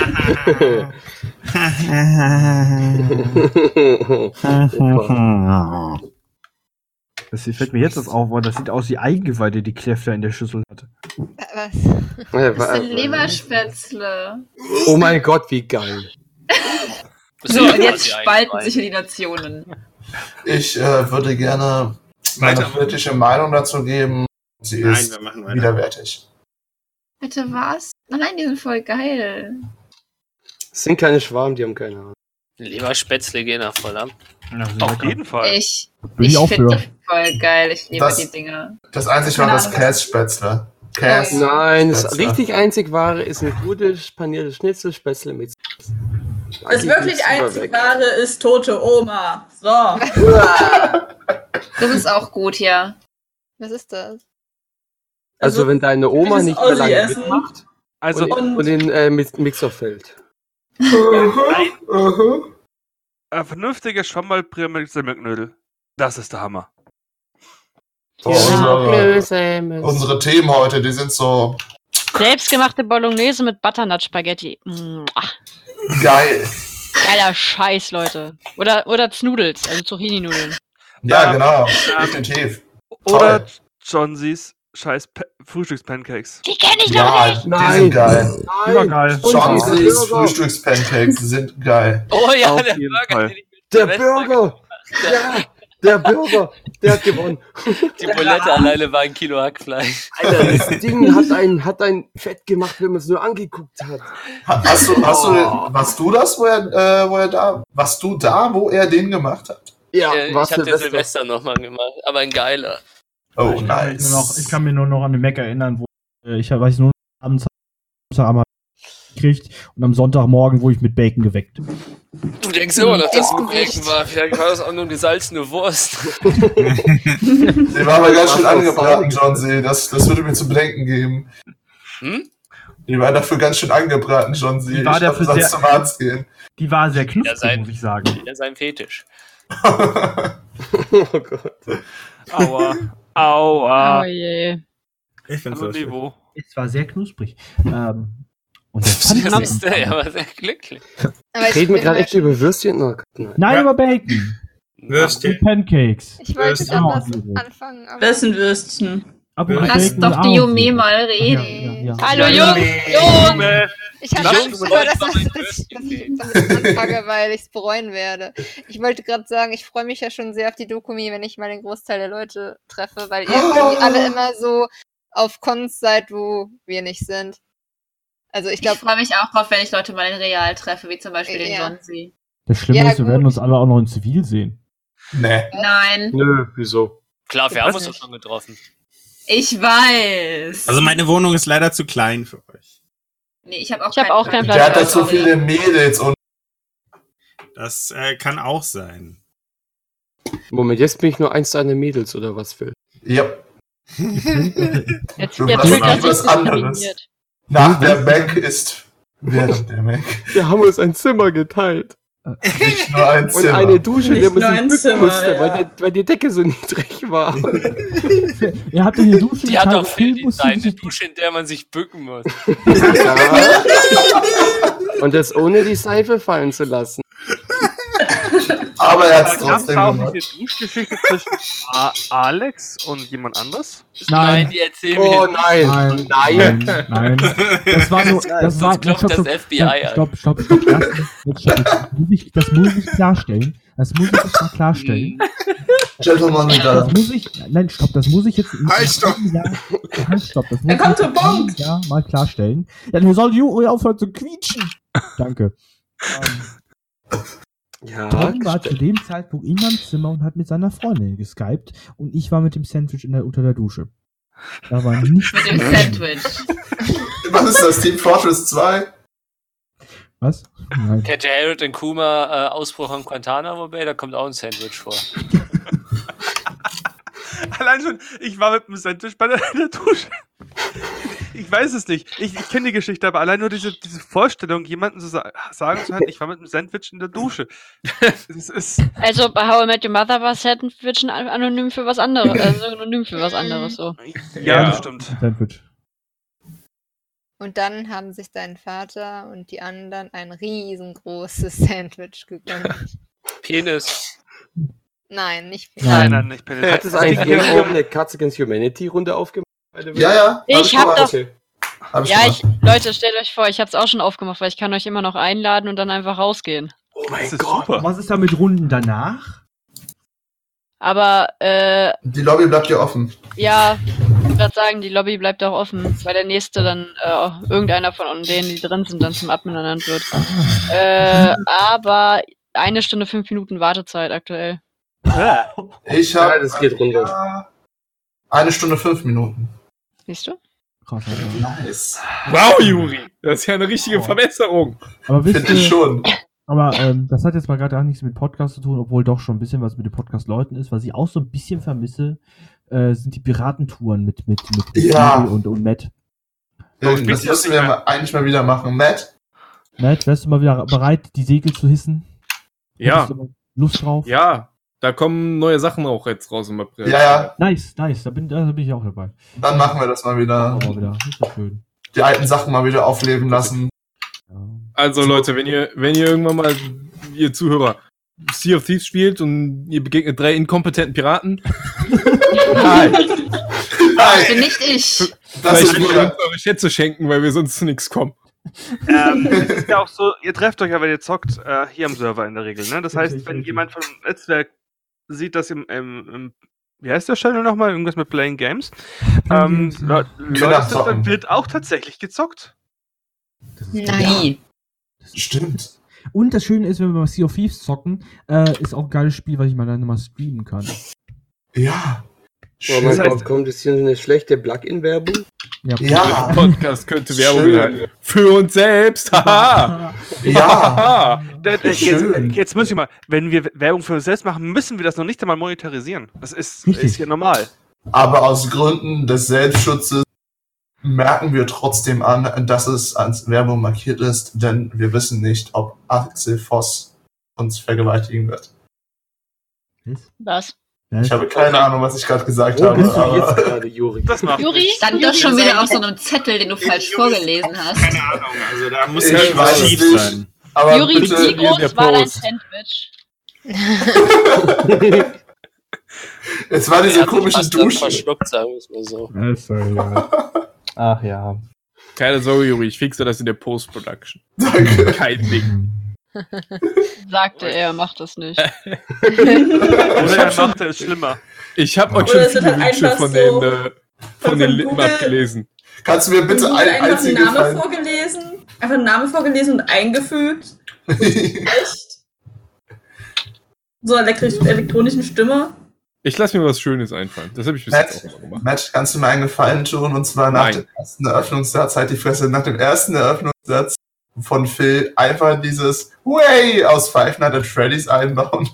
S12: Das fällt mir jetzt das auf, weil das sieht aus wie Eigengeweide, die Kläffler in der Schüssel hatte.
S10: Was?
S5: Ja,
S8: Das
S5: wa- also-
S8: sind Leberspätzle.
S5: oh mein Gott, wie geil.
S7: Das
S8: So,
S7: war
S8: und jetzt
S7: quasi ein
S8: spalten
S7: Wein.
S8: sich hier die Nationen.
S4: ich äh, würde gerne meine
S1: Weiter.
S4: politische Meinung dazu geben. Sie
S1: Nein, wir
S4: ist
S1: machen weiter.
S4: widerwärtig.
S8: Bitte was? Oh nein, die sind voll geil.
S5: Das sind kleine Schwaben, die haben keine Ahnung.
S7: Leberspätzle gehen da voll ab.
S2: Auf jeden Fall.
S8: Ich,
S6: Will ich
S8: ich finde
S6: aufhören.
S8: die voll geil. Ich liebe
S4: Das-
S8: die Dinger.
S4: Das einzig war das Kässpätzle. Käs.
S5: Nein, das
S4: Spätzle.
S5: richtig einzig wahre ist ein gutes paniertes Schnitzelspätzle mit.
S11: Das wirklich einzig wahre ist tote Oma. So.
S8: Das ist auch gut, ja.
S10: Was ist das?
S5: Also, wenn deine Oma
S11: dieses
S5: nicht mehr
S11: Aussie
S5: lange
S11: essen.
S5: mitmacht
S2: Also,
S5: und, und den äh, Mix- Mixer fällt.
S2: ein äh, vernünftiger Schwammballbrille mit Semmelknödel. Das ist der Hammer.
S4: So, unsere, unsere Themen heute, die sind so
S3: Selbstgemachte Bolognese mit Butternut Spaghetti. Mm, ach,
S4: geil.
S3: geiler Scheiß, Leute. Oder, oder Snudels, also Zucchini-Nudeln.
S4: Ja,
S2: Ähm,
S4: genau.
S2: ähm,
S4: Definitiv.
S2: Oder
S4: Toll.
S2: Johnsies scheiß Pe- Frühstückspancakes.
S3: Die kenne ich doch
S4: Ja,
S3: nicht!
S4: die sind geil.
S5: Nein,
S12: Übergeil.
S5: Und diese
S4: Johnson's
S5: Burger.
S4: Frühstückspancakes sind geil.
S7: Oh ja,
S5: Auf
S7: der
S5: jeden
S7: Burger,
S2: Fall.
S7: den ich mit
S5: der
S7: Silvester-
S5: Burger! Ja, der Burger! Der hat gewonnen.
S7: Die Bulette alleine war ein Kilo Hackfleisch.
S5: Alter, das Ding hat einen, hat einen fett gemacht, wenn man es nur angeguckt hat.
S4: Ha- Hast du, hast du,
S5: Oh.
S4: warst du das, wo er, äh, wo er da, warst du da, wo er den gemacht hat?
S5: Ja,
S7: Äh, ich
S5: was
S7: hab den
S5: Silvester.
S7: Silvester nochmal gemacht, aber ein geiler.
S4: Oh,
S6: ich, kann mich
S4: nice.
S6: nur noch, ich kann mir nur noch an den Mac erinnern, wo äh, ich weiß nur noch abends am gekriegt und am Sonntagmorgen wurde ich mit Bacon geweckt.
S7: Du denkst immer noch, dass es
S8: Ins Gewicht.
S7: Bacon war. Vielleicht war genau, das auch nur gesalzene Wurst.
S4: Den war aber ganz schön
S5: Mach's auf
S4: angebraten,
S5: Sound.
S4: John C. Das, das würde mir zu bedenken geben.
S7: Hm?
S4: Die war dafür ganz schön angebraten, John Sie.
S12: Die war
S4: ich glaub,
S12: dafür
S4: du sollst
S12: sehr-
S4: zum Arzt gehen.
S12: Die war sehr knusprig,
S7: sein-
S12: muss ich sagen.
S7: Wieder sein Fetisch.
S5: Oh Gott.
S2: Aua.
S3: Oh
S2: Aua.
S3: je.
S1: Ich find's
S2: Hallo,
S1: lustig.
S2: Niveau.
S6: Es war sehr knusprig. Ähm, und das fand ich
S7: Das ist
S6: am
S7: der,
S6: Anfang.
S7: aber sehr glücklich.
S10: Aber ich,
S5: Reden wir
S10: bin
S5: gerade
S10: halt,
S5: echt über Würstchen? Oh Gott, nein.
S6: Nein,
S1: Ja.
S6: über Bacon. Und
S1: Würstchen.
S6: Pancakes.
S10: ich wollte
S1: Ist
S6: auch
S10: anders
S6: gut.
S10: anfangen. Aber
S11: Wer sind Würstchen?
S6: Aber
S1: Lass
S8: Lass
S6: Bacon
S8: doch
S6: und
S8: die
S6: Ahornsirup.
S8: Jume mal
S6: Ja,
S8: reden.
S6: ja, ja.
S3: Hallo
S1: Ja.
S3: Jungs, Jungs.
S2: Junge.
S10: Ich habe
S7: Lass
S10: Angst
S7: uns
S10: vor,
S7: doch
S10: dass,
S7: mal
S10: dass,
S7: ein
S10: ich- dass ich
S7: Würstchen
S10: damit anfange, weil ich es bereuen werde. Ich wollte gerade sagen, ich freue mich ja schon sehr auf die Dokumi, wenn ich mal den Großteil der Leute treffe, weil ihr irgendwie alle immer so auf Cons seid, wo wir nicht sind. Also ich
S8: Ich
S10: glaube,
S8: freue mich auch drauf, wenn ich Leute mal in Real treffe, wie zum Beispiel den
S10: Ja.
S8: John C.
S6: Das Schlimme
S10: Ja,
S6: ist, wir
S10: gut.
S6: werden uns alle auch noch in Zivil sehen.
S4: Nee.
S8: Nein,
S5: Nö, wieso?
S7: Klar, wir
S10: Ich
S7: haben
S10: weiß
S7: uns doch
S10: nicht.
S7: schon getroffen.
S8: ich weiß.
S1: Also meine Wohnung ist leider zu klein für euch.
S8: nee, ich habe auch,
S3: Ich hab
S8: keinen
S3: auch keinen
S4: Der
S3: Platz.
S4: hat da so viele Mädels und
S1: Das äh, kann auch sein.
S5: Moment, jetzt bin ich nur eins deiner Mädels oder was, Phil?
S4: ja,
S3: Jetzt,
S4: Du
S3: jetzt
S4: machst
S3: fühlt
S4: mal
S3: er sich
S4: was anderes.
S3: diskriminiert.
S4: nach der Mac ist während der Mac
S5: Hm? Wir haben uns ein Zimmer geteilt.
S4: nicht nur ein
S5: Und
S4: Zimmer.
S5: eine Dusche, in der
S11: Nicht
S5: man
S11: nur
S5: sich
S11: ein
S5: bücken
S11: Zimmer,
S5: musste, weil,
S11: ja.
S5: die, weil die Decke so niedrig war.
S6: Ihr habt in die Dusche
S7: Die hat
S6: geteilt,
S7: doch viel
S6: musst du
S7: Design, eine
S6: dich-
S7: Dusche, in der man sich bücken muss.
S5: ja. Und das ohne die Seife fallen zu lassen.
S4: Aber er hat es
S2: Gab
S4: trotzdem
S2: da auch
S4: gemacht.
S2: nicht eine Duschgeschichte zwischen A Alex und jemand anders?
S7: Nein,
S6: Nein,
S7: die erzählen
S5: Oh
S7: mir.
S5: nein,
S6: nein,
S5: nein.
S6: nein, nein. Das war nur, das war,
S7: Sonst klopft
S6: stopp,
S7: das
S6: stopp,
S7: FBI an.
S6: stopp, stopp, stopp, stopp, stopp, stopp, stopp. Das muss ich, das muss ich klarstellen. Das muss ich jetzt mal
S7: Hm.
S6: klarstellen.
S4: Gentleman und
S6: Das
S4: Dame.
S6: muss ich, nein, stopp, das muss ich jetzt.
S1: Halt, stopp.
S6: Ja, halt, stopp, das muss
S11: Er kommt
S6: ich
S11: zum Punkt.
S6: Ja, mal klarstellen. Ja, dann soll Juri aufhören zu quietschen. Danke.
S5: Ja,
S6: Tom war zu dem Zeitpunkt in meinem Zimmer und hat mit seiner Freundin geskypt und ich war mit dem Sandwich in der, unter der Dusche. Da war nichts.
S8: mit dem
S6: drin.
S8: Sandwich.
S4: Was ist das? Team Fortress 2?
S6: Was? Nein.
S7: Kennt ihr Harold und Kuma äh, Ausbruch am Guantanamo Bay? Da kommt auch ein Sandwich vor.
S2: Allein schon, ich war mit dem Sandwich bei der, der Dusche. Ich weiß es nicht. Ich, ich kenne die Geschichte, aber allein nur diese, diese Vorstellung, jemanden zu sa sagen zu hören, ich war mit dem Sandwich in der Dusche. Es ist.
S3: Also bei How I Met Your Mother war Sandwich ein an- anonym für was anderes. Also synonym für was anderes so.
S2: Ja, das stimmt.
S6: Sandwich.
S10: und dann haben sich dein Vater und die anderen ein riesengroßes Sandwich gegönnt.
S7: Penis.
S10: Nein, nicht
S2: Nein,
S6: Nein.
S2: nein, ich bin
S5: Hm. hat es eigentlich hier oben eine Cards Against Humanity Runde aufgemacht?
S4: Ja, ja.
S3: Ich hab
S4: gemacht.
S3: doch-
S5: Okay.
S4: Hab ich
S3: Ja, ich,
S4: gemacht.
S3: Leute, stellt euch vor, ich hab's auch schon aufgemacht, weil ich kann euch immer noch einladen und dann einfach rausgehen.
S5: Oh
S2: Das
S5: mein
S2: ist
S5: Gott.
S2: super.
S6: Was ist da mit Runden danach?
S3: Aber äh,
S4: Die Lobby bleibt hier offen.
S3: ja, ich würd grad sagen, die Lobby bleibt auch offen, weil der nächste dann äh, irgendeiner von denen, die drin sind, dann zum Admin ernannt wird. Äh, aber eine Stunde fünf Minuten Wartezeit aktuell.
S4: Ich
S5: Ja,
S4: habe
S5: das geht runter.
S4: eine Stunde fünf Minuten.
S3: Siehst du?
S6: Krass,
S4: Nice.
S9: Wow, Juri. Das ist ja eine richtige Verbesserung.
S6: Oh. aber wisst
S4: Finde ich
S6: ihr,
S4: schon.
S6: aber ähm, das hat jetzt mal gerade gar nichts mit Podcast zu tun, obwohl doch schon ein bisschen was mit den Podcast-Leuten ist, was ich auch so ein bisschen vermisse, äh, sind die Piratentouren mit mit mit
S4: Ja.
S6: Juri und und Matt.
S2: Warum
S4: Das
S2: spielst du das
S4: müssen
S2: nicht
S4: wir
S2: mehr?
S4: mal, eigentlich mal wieder machen. Matt?
S6: Matt, wärst du mal wieder bereit, die Segel zu hissen?
S9: Ja,
S6: Hättest du mal Lust drauf?
S9: ja. Da kommen neue Sachen auch jetzt raus im April.
S4: Ja, ja.
S6: Nice, nice, da bin, da bin ich auch dabei.
S4: Dann machen wir das mal wieder.
S6: Aber wieder, ist doch schön.
S4: Die alten Sachen mal wieder aufleben lassen.
S6: Ja.
S9: Also Leute, wenn ihr, wenn ihr irgendwann mal, ihr Zuhörer, Sea of Thieves spielt und ihr begegnet drei inkompetenten Piraten, nein,
S4: Nein,
S8: Also nicht ich.
S4: das
S9: vielleicht
S4: ist
S9: wollt ihr
S4: wieder.
S9: uns eure Schätze schenken, weil wir sonst zu nichts kommen.
S2: Ähm, es ist ja auch so, ihr trefft euch ja, wenn ihr zockt, äh, hier am Server in der Regel. Ne? Das heißt,
S6: Richtig,
S2: wenn
S6: richtig.
S2: jemand vom Netzwerk sieht, dass im, im, im wie heißt der Channel nochmal? Irgendwas mit Playing Games. Ähm,
S6: Games,
S2: Le Leute,
S4: Kinder
S2: sind,
S4: zocken.
S2: dann wird auch tatsächlich gezockt.
S6: Das ist-
S8: Nein.
S4: Stimmt.
S6: Und das Schöne ist, wenn wir mal Sea of Thieves zocken, äh, ist auch ein geiles Spiel, was ich mal dann nochmal streamen kann.
S4: Ja.
S5: Oh mein
S4: Schön.
S5: Gott, kommt jetzt hier eine schlechte Plug-in-Werbung?
S9: Der
S4: Ja.
S9: Podcast könnte Werbung
S4: Schön.
S9: werden. Für uns selbst. Haha.
S4: Ja.
S2: Da- da-
S4: Schön.
S2: äh, Jetzt, jetzt muss ich mal, wenn wir Werbung für uns selbst machen, müssen wir das noch nicht einmal monetarisieren. Das ist,
S6: Richtig.
S2: ist ja normal.
S4: Aber aus Gründen des Selbstschutzes merken wir trotzdem an, dass es als Werbung markiert ist, denn wir wissen nicht, ob Axel Voss uns vergewaltigen wird.
S3: Was?
S4: Ich habe keine Ahnung, was ich gerade gesagt
S5: Wo
S4: habe.
S5: bist du
S4: aber-
S5: jetzt gerade, Juri?
S2: Das macht
S3: Juri?
S8: Stand doch schon wieder auf so einem Zettel, den du falsch vorgelesen hast.
S1: Also da muss
S4: Ich
S1: ja schon
S4: weiß
S1: was
S4: es
S1: schief
S4: nicht.
S1: sein.
S4: Aber
S3: Juri,
S4: bitte
S3: wie
S4: gebt mir
S3: groß war dein
S4: Prost.
S3: Sandwich?
S4: Es war diese
S7: Er hat sich
S4: komische
S7: fast dann
S4: Dusche.
S7: verschluckt, sagen wir es mal so.
S12: Ach ja.
S9: Keine Sorge, Juri, ich fixe das in der Post-Production.
S4: Danke.
S9: Kein Ding.
S3: Sagte er, macht das nicht.
S1: Äh,
S2: Oder er macht es schlimmer.
S9: Ich habe
S4: Oh.
S9: euch
S11: Oder
S9: schon
S11: es wird
S9: viele
S11: halt
S9: Wünsche
S11: einfach
S9: von
S11: so
S9: den, äh, von
S11: von Google-
S9: den Lippen abgelesen.
S4: Kannst du mir bitte
S11: Bitte
S4: einen
S11: einfach einen
S4: einzigen
S11: Namen
S4: Gefallen?
S11: vorgelesen. Einfach einen Namen vorgelesen und eingefügt. Echt? So einer elektrisch- elektronischen Stimme.
S9: Ich lasse mir was Schönes einfallen. Das habe ich bis jetzt auch mal gemacht.
S4: Matt, kannst du mir einen Gefallen tun? Und zwar nach
S9: Nein.
S4: dem ersten Eröffnungssatz, halt die Fresse, nach dem ersten Eröffnungssatz von Phil einfach dieses Way aus Five Nights at Freddy's einbauen.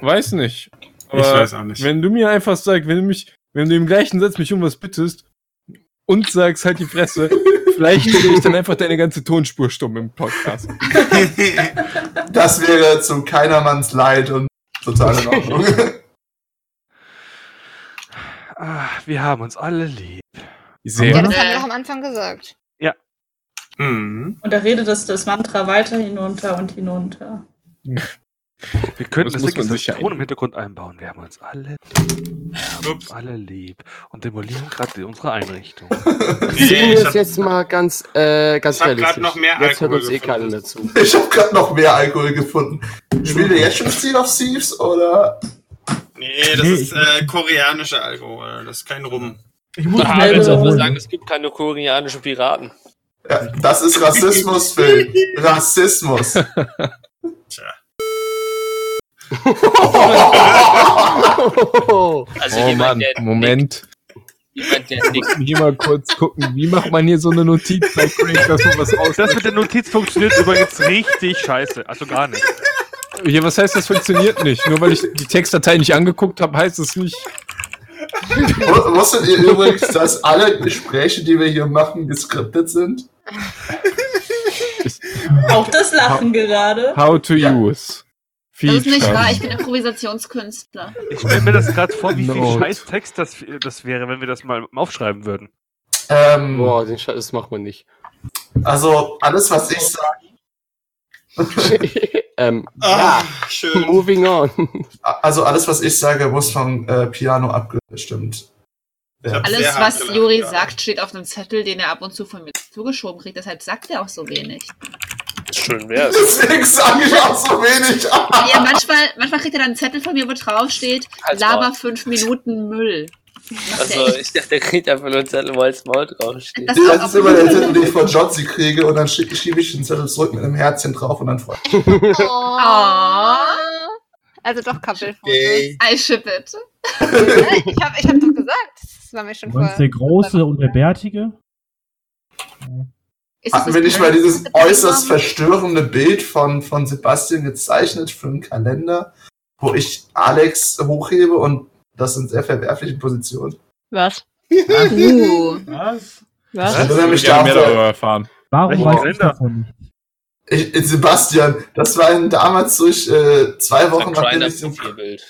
S9: Weiß nicht. Aber
S1: Ich weiß auch nicht.
S9: Wenn du mir einfach sagst, wenn du mich, wenn du im gleichen Satz mich um was bittest und sagst, halt die Fresse, vielleicht stelle ich dann einfach deine ganze Tonspur stumm im Podcast.
S4: Das wäre zu keinermanns Leid und total in Ordnung.
S2: Ah, wir haben uns alle lieb.
S9: Sehr.
S10: Ja, das haben wir doch am Anfang gesagt.
S9: Mhm.
S1: Hm.
S11: Und da redet das, das Mantra weiter hinunter und hinunter.
S2: Wir
S9: Das
S2: könnten
S9: muss man
S2: das, das wirklich
S9: sich ja
S2: als Ton im Hintergrund einbauen. Wir haben uns alle
S1: Ups.
S2: alle lieb und demolieren gerade unsere Einrichtung.
S5: Sehen
S1: Nee,
S5: wir
S1: ich
S5: es
S1: hab,
S5: jetzt mal ganz, äh, ganz
S1: Ich hab grad
S5: realistisch.
S1: noch mehr
S5: jetzt hört
S1: Alkohol
S5: uns eh
S1: gefunden.
S5: keiner mehr zu.
S4: Ich habe gerade noch mehr Alkohol gefunden. Spielt ihr jetzt schon Seal of Thieves oder?
S1: nee, das ist äh, koreanischer Alkohol. Das ist kein Rum.
S6: Ich muss
S7: Ah,
S6: schnell
S7: willst du auch mal
S6: wiederholen.
S7: sagen, es gibt keine koreanischen Piraten.
S4: Ja, das ist Rassismus, Phil. Rassismus.
S1: Tja.
S7: Also
S9: Oh
S7: jemand,
S9: Mann,
S7: der
S9: Moment.
S7: Nickt, jemand, der nickt.
S9: Hier mal kurz gucken, wie macht man hier so eine Notiz bei Crank, dass man was aus...
S2: Das mit der Notiz funktioniert übrigens richtig scheiße. Also gar nicht.
S9: Hier, was heißt, das funktioniert nicht? Nur weil ich die Textdatei nicht angeguckt habe, heißt es nicht...
S4: W- Wusstet ihr übrigens, dass alle Gespräche, die wir hier machen, geskriptet sind?
S11: Auch das Lachen gerade.
S9: How to use.
S8: Das ist nicht
S9: Feature.
S8: wahr, ich bin Improvisationskünstler.
S2: Ich stelle mir das gerade vor, wie
S9: Not.
S2: viel Scheißtext das, das wäre, wenn wir das mal aufschreiben würden.
S4: Ähm,
S5: Boah, den Scheiß, das macht man nicht.
S4: Also alles, was ich sage,
S5: ähm,
S1: Ah,
S5: ja,
S1: schön.
S5: moving on.
S4: also alles, was ich sage, muss vom äh, Piano abgestimmt. werden.
S1: Sehr
S8: Alles,
S1: hart
S8: was
S1: gelacht,
S8: Juri
S1: ja.
S8: sagt, steht auf einem Zettel, den er ab und zu von mir zugeschoben kriegt. Deshalb sagt er auch so wenig.
S7: Schön wär's.
S4: Deswegen sage ich auch so wenig.
S8: Ja, manchmal, manchmal kriegt er dann einen Zettel von mir, wo drauf steht,
S7: Halt's
S8: laber
S7: Maul.
S8: fünf Minuten Müll. Macht
S7: Also
S8: er echt.
S7: ich dachte, der kriegt einfach nur einen Zettel, wo als Maul draufsteht.
S8: Das
S4: Das
S8: ist
S4: ist immer der
S8: auch
S4: Zettel, den ich von Jotzi kriege und dann schie- schiebe ich den Zettel zurück mit einem Herzchen drauf und dann freue ich mich.
S10: Oh. Also doch Couple-Fotos.
S8: I ship it.
S10: Ne? Ich habe ich hab doch gesagt, das war mir schon
S6: Sonst
S10: vor.
S6: der Große und der Bärtige.
S8: Ist
S4: Hatten
S8: das
S4: wir nicht mal
S8: Bild?
S4: dieses äußerst verstörende Bild von, von Sebastian gezeichnet für einen Kalender, wo ich Alex hochhebe und das in sehr verwerflichen Positionen.
S3: Was?
S8: Uh.
S6: Was?
S4: Ich
S3: Was?
S4: erinnere mich
S9: Ich will gerne mehr
S4: davon.
S9: darüber erfahren.
S6: Warum
S2: Welchen
S6: weiß ich
S2: Kalender?
S6: davon nicht?
S4: Ich, ich- Sebastian, das war ein damals durch äh, zwei Wochen nachdem ich zum,
S7: Grinder-Profilbild.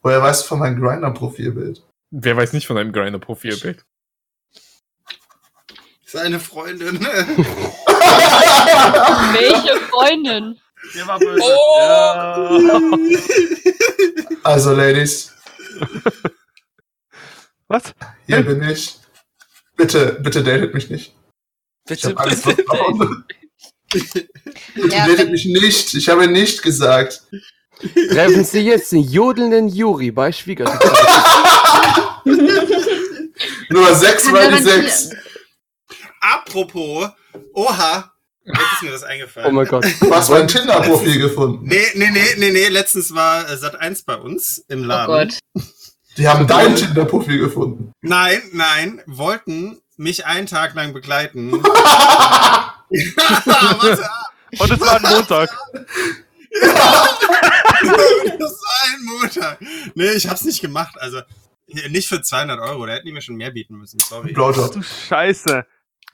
S4: woher weißt du von meinem Grinder-Profilbild?
S9: Wer weiß nicht von einem Grinder-Profilbild?
S1: Seine Freundin.
S3: Welche Freundin?
S2: Der war böse.
S7: Oh.
S2: Ja.
S4: Also, Ladies,
S2: Was?
S4: hier bin ich. Bitte, bitte datet mich nicht. Ich
S7: Bitte,
S4: habe alles
S7: bitte.
S4: vertraut. Bitte
S10: Ja,
S4: datet
S10: wenn-
S4: mich nicht. Ich habe nicht gesagt.
S5: Treffen Sie jetzt den jodelnden Juri bei Schwiegertochter.
S4: Nur sechs
S8: Kann
S4: mal die
S8: garantieren.
S4: sechs.
S1: Apropos, oha, jetzt ist mir das eingefallen.
S5: Oh mein Gott.
S4: Du hast mein Tinder-Profil gefunden.
S1: Nee, nee, nee, nee, nee, letztens war äh, Sat 1 bei uns im
S8: Oh
S1: Laden.
S8: Gott.
S4: Die haben dein Tinder-Profil gefunden.
S1: Nein, nein, wollten mich einen Tag lang begleiten.
S4: Ach,
S1: Warte ab.
S2: Und es war ein Montag.
S1: das ist ein Montag. Nee, ich hab's nicht gemacht. Also, nicht für 200 Euro. Da hätten die mir schon mehr bieten müssen. Sorry.
S4: Blowjob.
S2: Du Scheiße.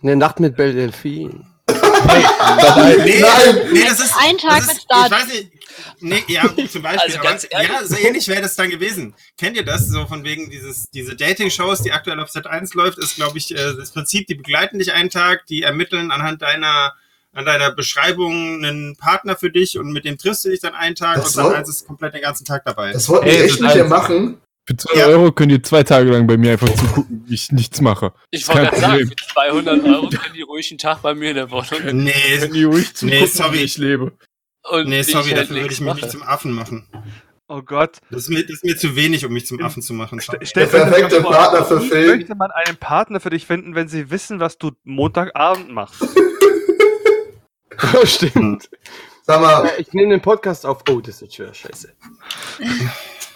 S5: Eine Nacht mit Belle Delphine.
S1: Nee,
S5: Nein.
S1: nee, das ist.
S3: Ein Tag
S1: das
S3: mit
S1: ist,
S3: Start.
S1: Ich weiß nicht. Nee, ja, zum Beispiel.
S7: Also ganz
S1: aber,
S7: ehrlich.
S1: ja, so ähnlich wäre das dann gewesen. Kennt ihr das? So von wegen dieses, diese Dating-Shows, die aktuell auf Set 1 läuft, ist, glaube ich, äh, das Prinzip, die begleiten dich einen Tag, die ermitteln anhand deiner an deiner Beschreibung einen Partner für dich und mit dem triffst du dich dann einen Tag
S4: Das
S1: und dann
S4: soll-
S1: ist es komplett den ganzen Tag dabei.
S4: Das wollten
S9: Ey,
S4: wir
S9: das
S4: echt
S9: ist halt
S7: halt
S4: mit dir
S9: alles-
S4: machen.
S9: Für 2 Euro könnt ihr zwei Tage lang bei mir einfach zugucken, wie ich nichts mache.
S7: Ich wollte
S9: Kein
S7: gerade sagen,
S9: Problem.
S7: für 200 Euro können die ruhig einen Tag bei mir in der Wohnung.
S1: Nee,
S9: Könnt ihr ruhig zugucken,
S1: nee, sorry.
S9: wie ich lebe.
S7: Und
S1: nee, sorry,
S7: ich halt
S1: dafür würde
S7: nichts
S1: ich mich
S7: mache.
S1: nicht zum Affen machen.
S2: Oh Gott.
S1: Das ist mir, das ist mir zu wenig, um mich zum Affen zu machen.
S2: Ste-
S4: Der
S2: stellt euch das mal
S4: perfekte
S2: vor.
S4: Partner für
S2: Wie
S4: Phil.
S2: Möchte man einen Partner für dich finden, wenn sie wissen, was du Montagabend machst?
S5: Stimmt.
S4: Hm. Sag mal,
S5: Äh, Ich nehme den Podcast auf. Oh, das wird schwer. Scheiße.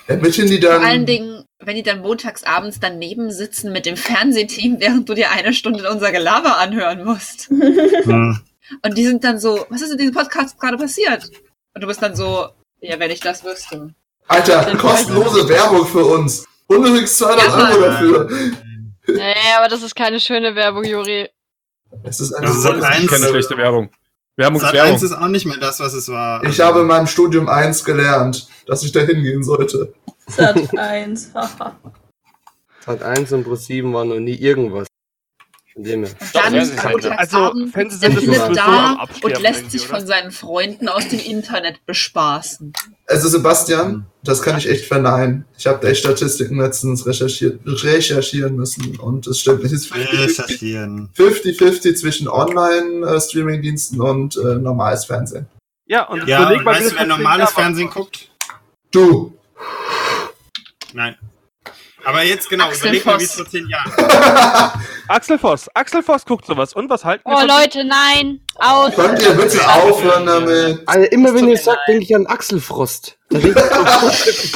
S4: ermitteln die
S8: Vor allen
S4: dann.
S8: Dingen, wenn die dann montags abends daneben sitzen mit dem Fernsehteam, während du dir eine Stunde unser Gelaber anhören musst.
S9: Hm.
S8: Und die sind dann so, was ist in diesem Podcast gerade passiert? Und du bist dann so, ja, wenn ich das wüsste.
S4: Alter, kostenlose Werbung für uns. Und übrigens 200
S8: Ja,
S4: Euro
S8: Mann.
S4: dafür.
S3: Nee, aber das ist keine schöne Werbung, Juri.
S4: Es ist
S1: Das
S4: einfach
S1: ist
S9: Also,
S4: so-
S1: Sat.1.
S9: Ich kenne schlechte Werbung.
S1: Sat 1
S9: Werbungswerbung.
S1: ist auch nicht mehr das, was es war. Also,
S4: Ich habe in meinem Studium 1 gelernt, dass ich da hingehen sollte.
S11: Sat 1, haha.
S5: Sat 1 und Pro 7 waren noch nie irgendwas. Von dem her.
S8: Und
S7: Doch,
S8: dann
S7: Fernsehsender.
S8: montagsabend
S2: Also,
S8: sitzt
S2: Fernsehsender
S8: der
S5: sind
S8: Philipp
S5: sowieso
S2: am
S8: da
S2: Absterben
S8: und lässt
S2: irgendwie,
S8: sich
S2: oder?
S8: von seinen Freunden aus dem Internet bespaßen.
S4: Also Sebastian, das kann ich echt verneinen. Ich habe echt Statistiken letztens recherchiert, recherchieren müssen und es stimmt nicht. Es ist
S1: Recherchieren.
S4: 50-50 zwischen Online-Streaming-Diensten und äh, normales Fernsehen.
S2: Ja, und jetzt
S1: Ja,
S2: überleg
S1: und
S2: mal, wie
S1: weißt
S2: das
S1: du, wer
S2: vor zehn
S1: normales
S2: Jahren war.
S1: Fernsehen guckt?
S4: Du,
S1: Nein. Aber jetzt genau,
S8: Axel
S1: überleg mal, wie es
S8: Voss.
S1: vor zehn Jahren
S2: Axel Voss. Axel Voss guckt sowas. Und was halten
S3: Oh,
S2: von-
S3: Leute, nein. Aus.
S4: könnt ihr bitte aufhören damit?
S5: Also, immer wenn
S3: tut
S5: ihr
S3: mir
S5: sagt,
S3: leid.
S5: denke ich an Axelfrost. Da denke ich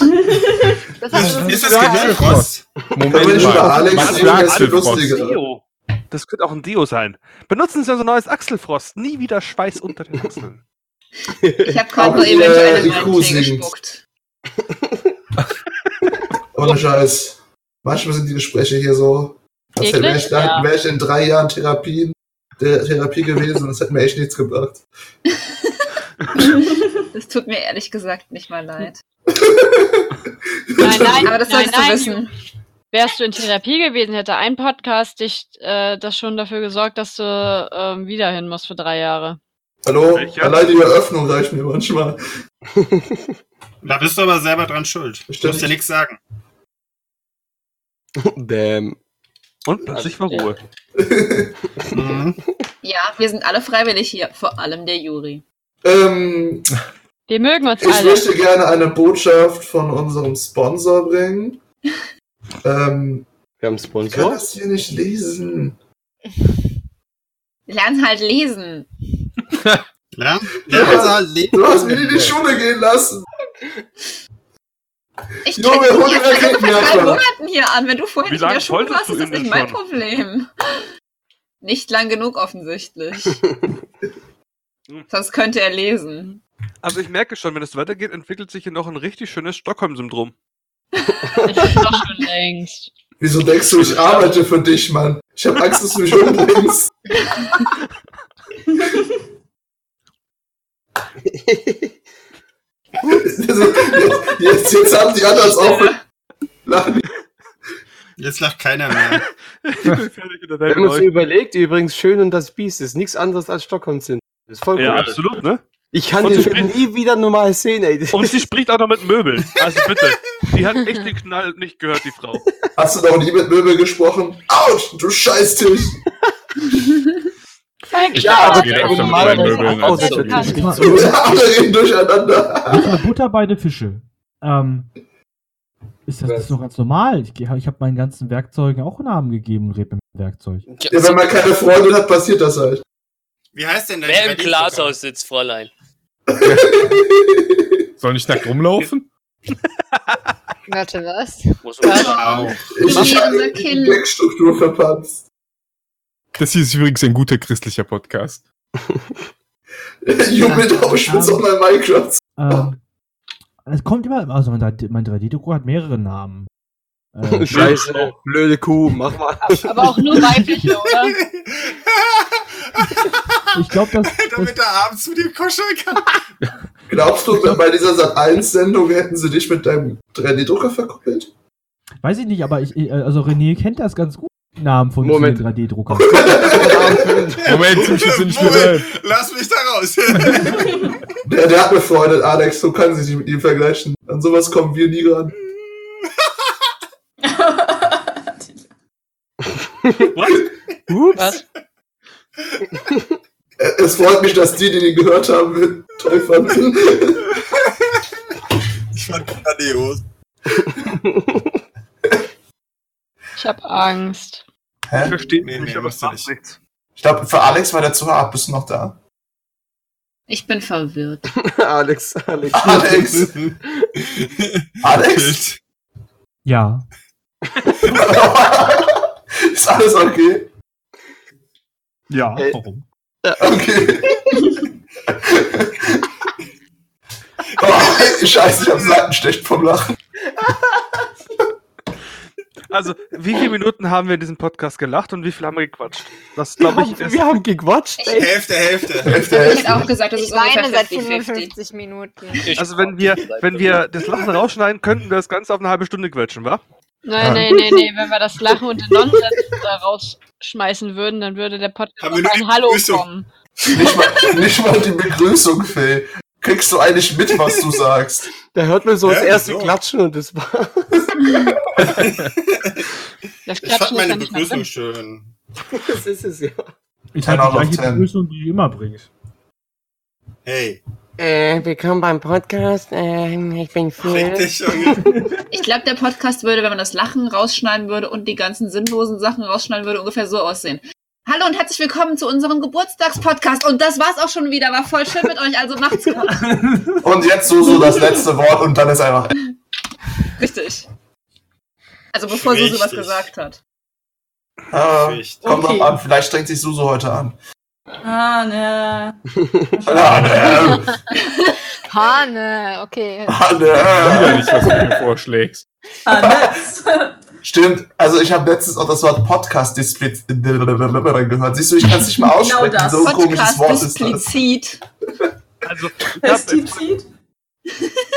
S10: Das hast du
S1: ist. Ist das
S10: gesagt.
S1: Gehirnfrost?
S4: Da bin
S9: Moment
S4: ich über
S9: mal.
S4: Alex
S9: Was
S4: reden,
S9: sagst
S4: das ist
S9: du, Frost?
S4: lustiger.
S2: Deo. Das könnte auch ein Deo sein. Benutzen Sie unser neues Achselfrost. Nie wieder Schweiß unter den Achseln.
S8: Ich habe
S4: Auch
S8: Corpo
S4: die,
S8: eventuell
S4: äh,
S8: in
S4: die
S8: meinen
S4: Crew
S8: Tee
S4: singt.
S8: gespuckt.
S4: Ohne Scheiß. Manchmal sind die Gespräche hier so, als
S3: Eklig,
S4: wäre ich,
S3: ja.
S4: da- wär ich in drei Jahren Therapien, der Therapie gewesen und es hätte mir echt nichts gebracht.
S8: Das tut mir ehrlich gesagt nicht mal leid.
S3: Nein, nein,
S8: Aber das
S3: nein,
S8: solltest
S3: nein,
S8: du wissen.
S3: Wärst du in Therapie gewesen, hätte ein Podcast dich äh, das schon dafür gesorgt, dass du ähm, wieder hin musst für drei Jahre.
S4: Hallo?
S2: Welcher?
S4: Allein die Eröffnung reicht mir manchmal.
S1: Da bist du aber selber dran schuld. Du
S4: Stimmt.
S1: musst ja nichts sagen.
S5: an. Damn.
S2: Und plötzlich war Ruhe. Mhm.
S8: Ja, wir sind alle freiwillig hier, vor allem der Juri.
S4: Ähm,
S3: Wir mögen uns
S4: ich
S3: alle.
S4: möchte gerne eine Botschaft von unserem Sponsor bringen. Ähm,
S5: Wir haben einen
S4: ich kann
S5: Sponsor.
S4: das hier nicht lesen.
S8: Lern halt lesen.
S1: Ja? ja.
S4: Du hast mir die in die Schule gehen lassen.
S8: Ich
S4: Jo,
S8: check
S4: wir holen
S8: dich
S4: den
S8: jetzt seit ungefähr drei
S4: Raketenwerfer.
S8: Monaten hier an. Wenn du vorher
S2: Wie
S8: nicht in der
S2: lange
S8: Schule
S2: wolltest
S8: warst,
S2: du
S8: ist das
S2: ihn denn
S8: nicht mein
S2: schon?
S8: Problem. Nicht lang genug offensichtlich.
S2: Hm.
S8: Sonst könnte er lesen.
S2: Also ich merke schon, wenn es weitergeht, entwickelt sich hier noch ein richtig schönes Stockholm-Syndrom.
S3: Ich bin doch schon längst.
S4: Wieso denkst du, ich arbeite für dich, Mann? Ich habe Angst, dass du mich umbringst. jetzt, jetzt, jetzt haben die anderen auch.
S1: Jetzt lacht keiner mehr.
S2: Ich bin fertig mit
S5: Wir
S2: der Welt
S5: haben uns
S2: mit euch.
S5: überlegt, übrigens, Schön und das Biest ist nichts anderes als Stockholm sind. Ist voll
S2: Ja,
S5: cool.
S2: absolut, ne?
S5: Ich kann
S2: Und
S5: den
S2: sie
S5: Film
S2: spricht-
S5: nie wieder normal sehen, ey.
S2: Und sie spricht auch noch mit Möbeln. Also bitte. Die hat echt den Knall nicht gehört, die Frau.
S4: Hast du noch nie mit Möbel gesprochen? Autsch, du Scheißtisch!
S9: Ich
S5: Ja,
S9: arbeite
S5: aber-
S9: direkt
S5: aber
S9: mit meinen
S5: normalerweise
S9: Möbeln,
S5: auch
S9: also-
S5: außer-
S6: Jetzt mal,
S4: Und alle reden durcheinander.
S6: jetzt mal Butter bei den Fische. Ähm, ist das, das ist doch ganz normal? Ich, geh- ich habe meinen ganzen Werkzeugen auch einen Namen gegeben und rede mit dem Werkzeug.
S4: Ja, wenn man keine Freunde hat, passiert das halt.
S1: Wie heißt denn dein
S7: Wer im
S1: Berlin-
S7: Glashaus sitzt, Fräulein.
S9: Soll ich nackt rumlaufen?
S10: Warte, was?
S7: Muss man
S1: Au.
S4: Ich
S8: Wie
S4: hab
S8: unser
S4: die
S8: Kind.
S4: Deckstruktur verpasst.
S9: Das hier ist übrigens ein guter christlicher Podcast.
S4: Jubel drauf, ich bin so mein Minecraft.
S6: Ähm, es kommt immer, also mein, 3D mein 3D-Drucker hat mehrere Namen. Ähm,
S5: Scheiße, blöde Kuh, mach mal.
S3: Aber auch nur weibliche, oder?
S6: Ich glaube, das,
S1: Damit er abends zu dir kuscheln kann.
S4: Glaubst du, bei dieser Sat 1-Sendung hätten sie dich mit deinem 3D-Drucker verkuppelt?
S6: weiß ich nicht, aber ich, ich- also René kennt das ganz gut, den Namen von
S5: Moment.
S6: diesen 3D-Druckern.
S9: Moment, Sushi sind nicht mehr
S1: Moment,
S9: da.
S1: lass mich da raus.
S4: Der, der hat befreundet, Alex, du kannst dich nicht mit ihm vergleichen. An sowas kommen wir nie ran.
S7: Was?
S4: Ä- Äh, Es freut mich, dass die, die den gehört haben, toll fanden.
S1: ich fand grandios.
S3: Ich hab Angst.
S2: Ich
S4: Hä?
S2: verstehe
S1: Nee,
S2: nee, nicht,
S1: nee,
S2: aber es
S1: musst du
S2: macht
S1: nicht.
S2: nichts.
S4: Ich glaube, für Alex war der Zuhörer bist du noch da.
S8: Ich bin verwirrt.
S5: Alex, Alex.
S4: Alex! Alex?
S6: Ja.
S4: Ist alles okay?
S12: Ja,
S5: Äh,
S12: warum?
S4: Okay. oh, ey, scheiße, ich hab Seitenstechen vom Lachen.
S2: Also, wie viele Minuten haben wir in diesem Podcast gelacht und wie viel haben wir gequatscht? Das glaube ich ist.
S5: wir haben gequatscht, ey.
S1: Hälfte, Hälfte.
S4: Hälfte,
S8: Ich hätte
S4: Hälfte.
S8: auch gesagt, das
S10: Ich
S8: ist
S10: weine
S8: ungefähr
S10: seit
S8: 50-50.
S10: 55 Minuten.
S7: Ich-
S2: Also wenn wir, wenn wir das Lachen rausschneiden, könnten wir das Ganze auf eine halbe Stunde quetschen, wa? Ähm.
S3: Nein, nein, nein, nein. Wenn wir das Lachen und den Nonsens da rausschmeißen würden, dann würde der Podcast
S1: Haben
S3: auf
S1: wir nur
S3: ein
S1: die
S3: Hallo
S1: Begrüßung.
S3: kommen.
S4: Nicht mal, nicht mal die Begrüßung, Phil. Kriegst du eigentlich mit, was du sagst?
S5: Da hört man so das
S1: Ja, genau.
S5: erste
S1: so.
S5: Klatschen und das war.
S3: Das
S1: Ich fand
S3: Klatschen ist ja
S1: meine
S3: nicht mehr
S1: Begrüßung
S3: drin.
S1: schön.
S5: Das ist es ja.
S6: Ist
S4: Ten
S6: halt
S4: out
S6: die
S4: of
S6: gleiche
S4: ten.
S6: Begrüßung, die du immer bringst.
S1: Hey,
S5: Äh, willkommen beim Podcast. Ähm, ich bin
S1: fick
S5: Phil.
S1: dich, Junge.
S8: Ich glaube, der Podcast würde, wenn man das Lachen rausschneiden würde und die ganzen sinnlosen Sachen rausschneiden würde, ungefähr so aussehen. Hallo und herzlich willkommen zu unserem Geburtstagspodcast. Und das war's auch schon wieder. War voll schön mit euch, also macht's gut.
S4: Und jetzt Susu das letzte Wort und dann ist einfach.
S8: Richtig. Also bevor Susu was
S1: Richtig.
S8: gesagt hat.
S4: Äh,
S1: Ficht.
S4: kommt
S11: Okay.
S4: drauf an, vielleicht strengt sich Susu heute an.
S11: Ah, ne.
S4: Ah, ne,
S10: Hanne, okay.
S4: ah,
S9: Wieder
S4: ne.
S9: nicht, was du mir vorschlägst.
S11: Ah, nix.
S4: Stimmt, also ich habe letztens auch das Wort Podcast-Display gehört. Siehst du, ich kann es nicht mal aussprechen.
S11: Genau das.
S4: So ein komisches Wort ist das.
S8: explizit.
S2: Also, ich hab,
S11: Pestizid.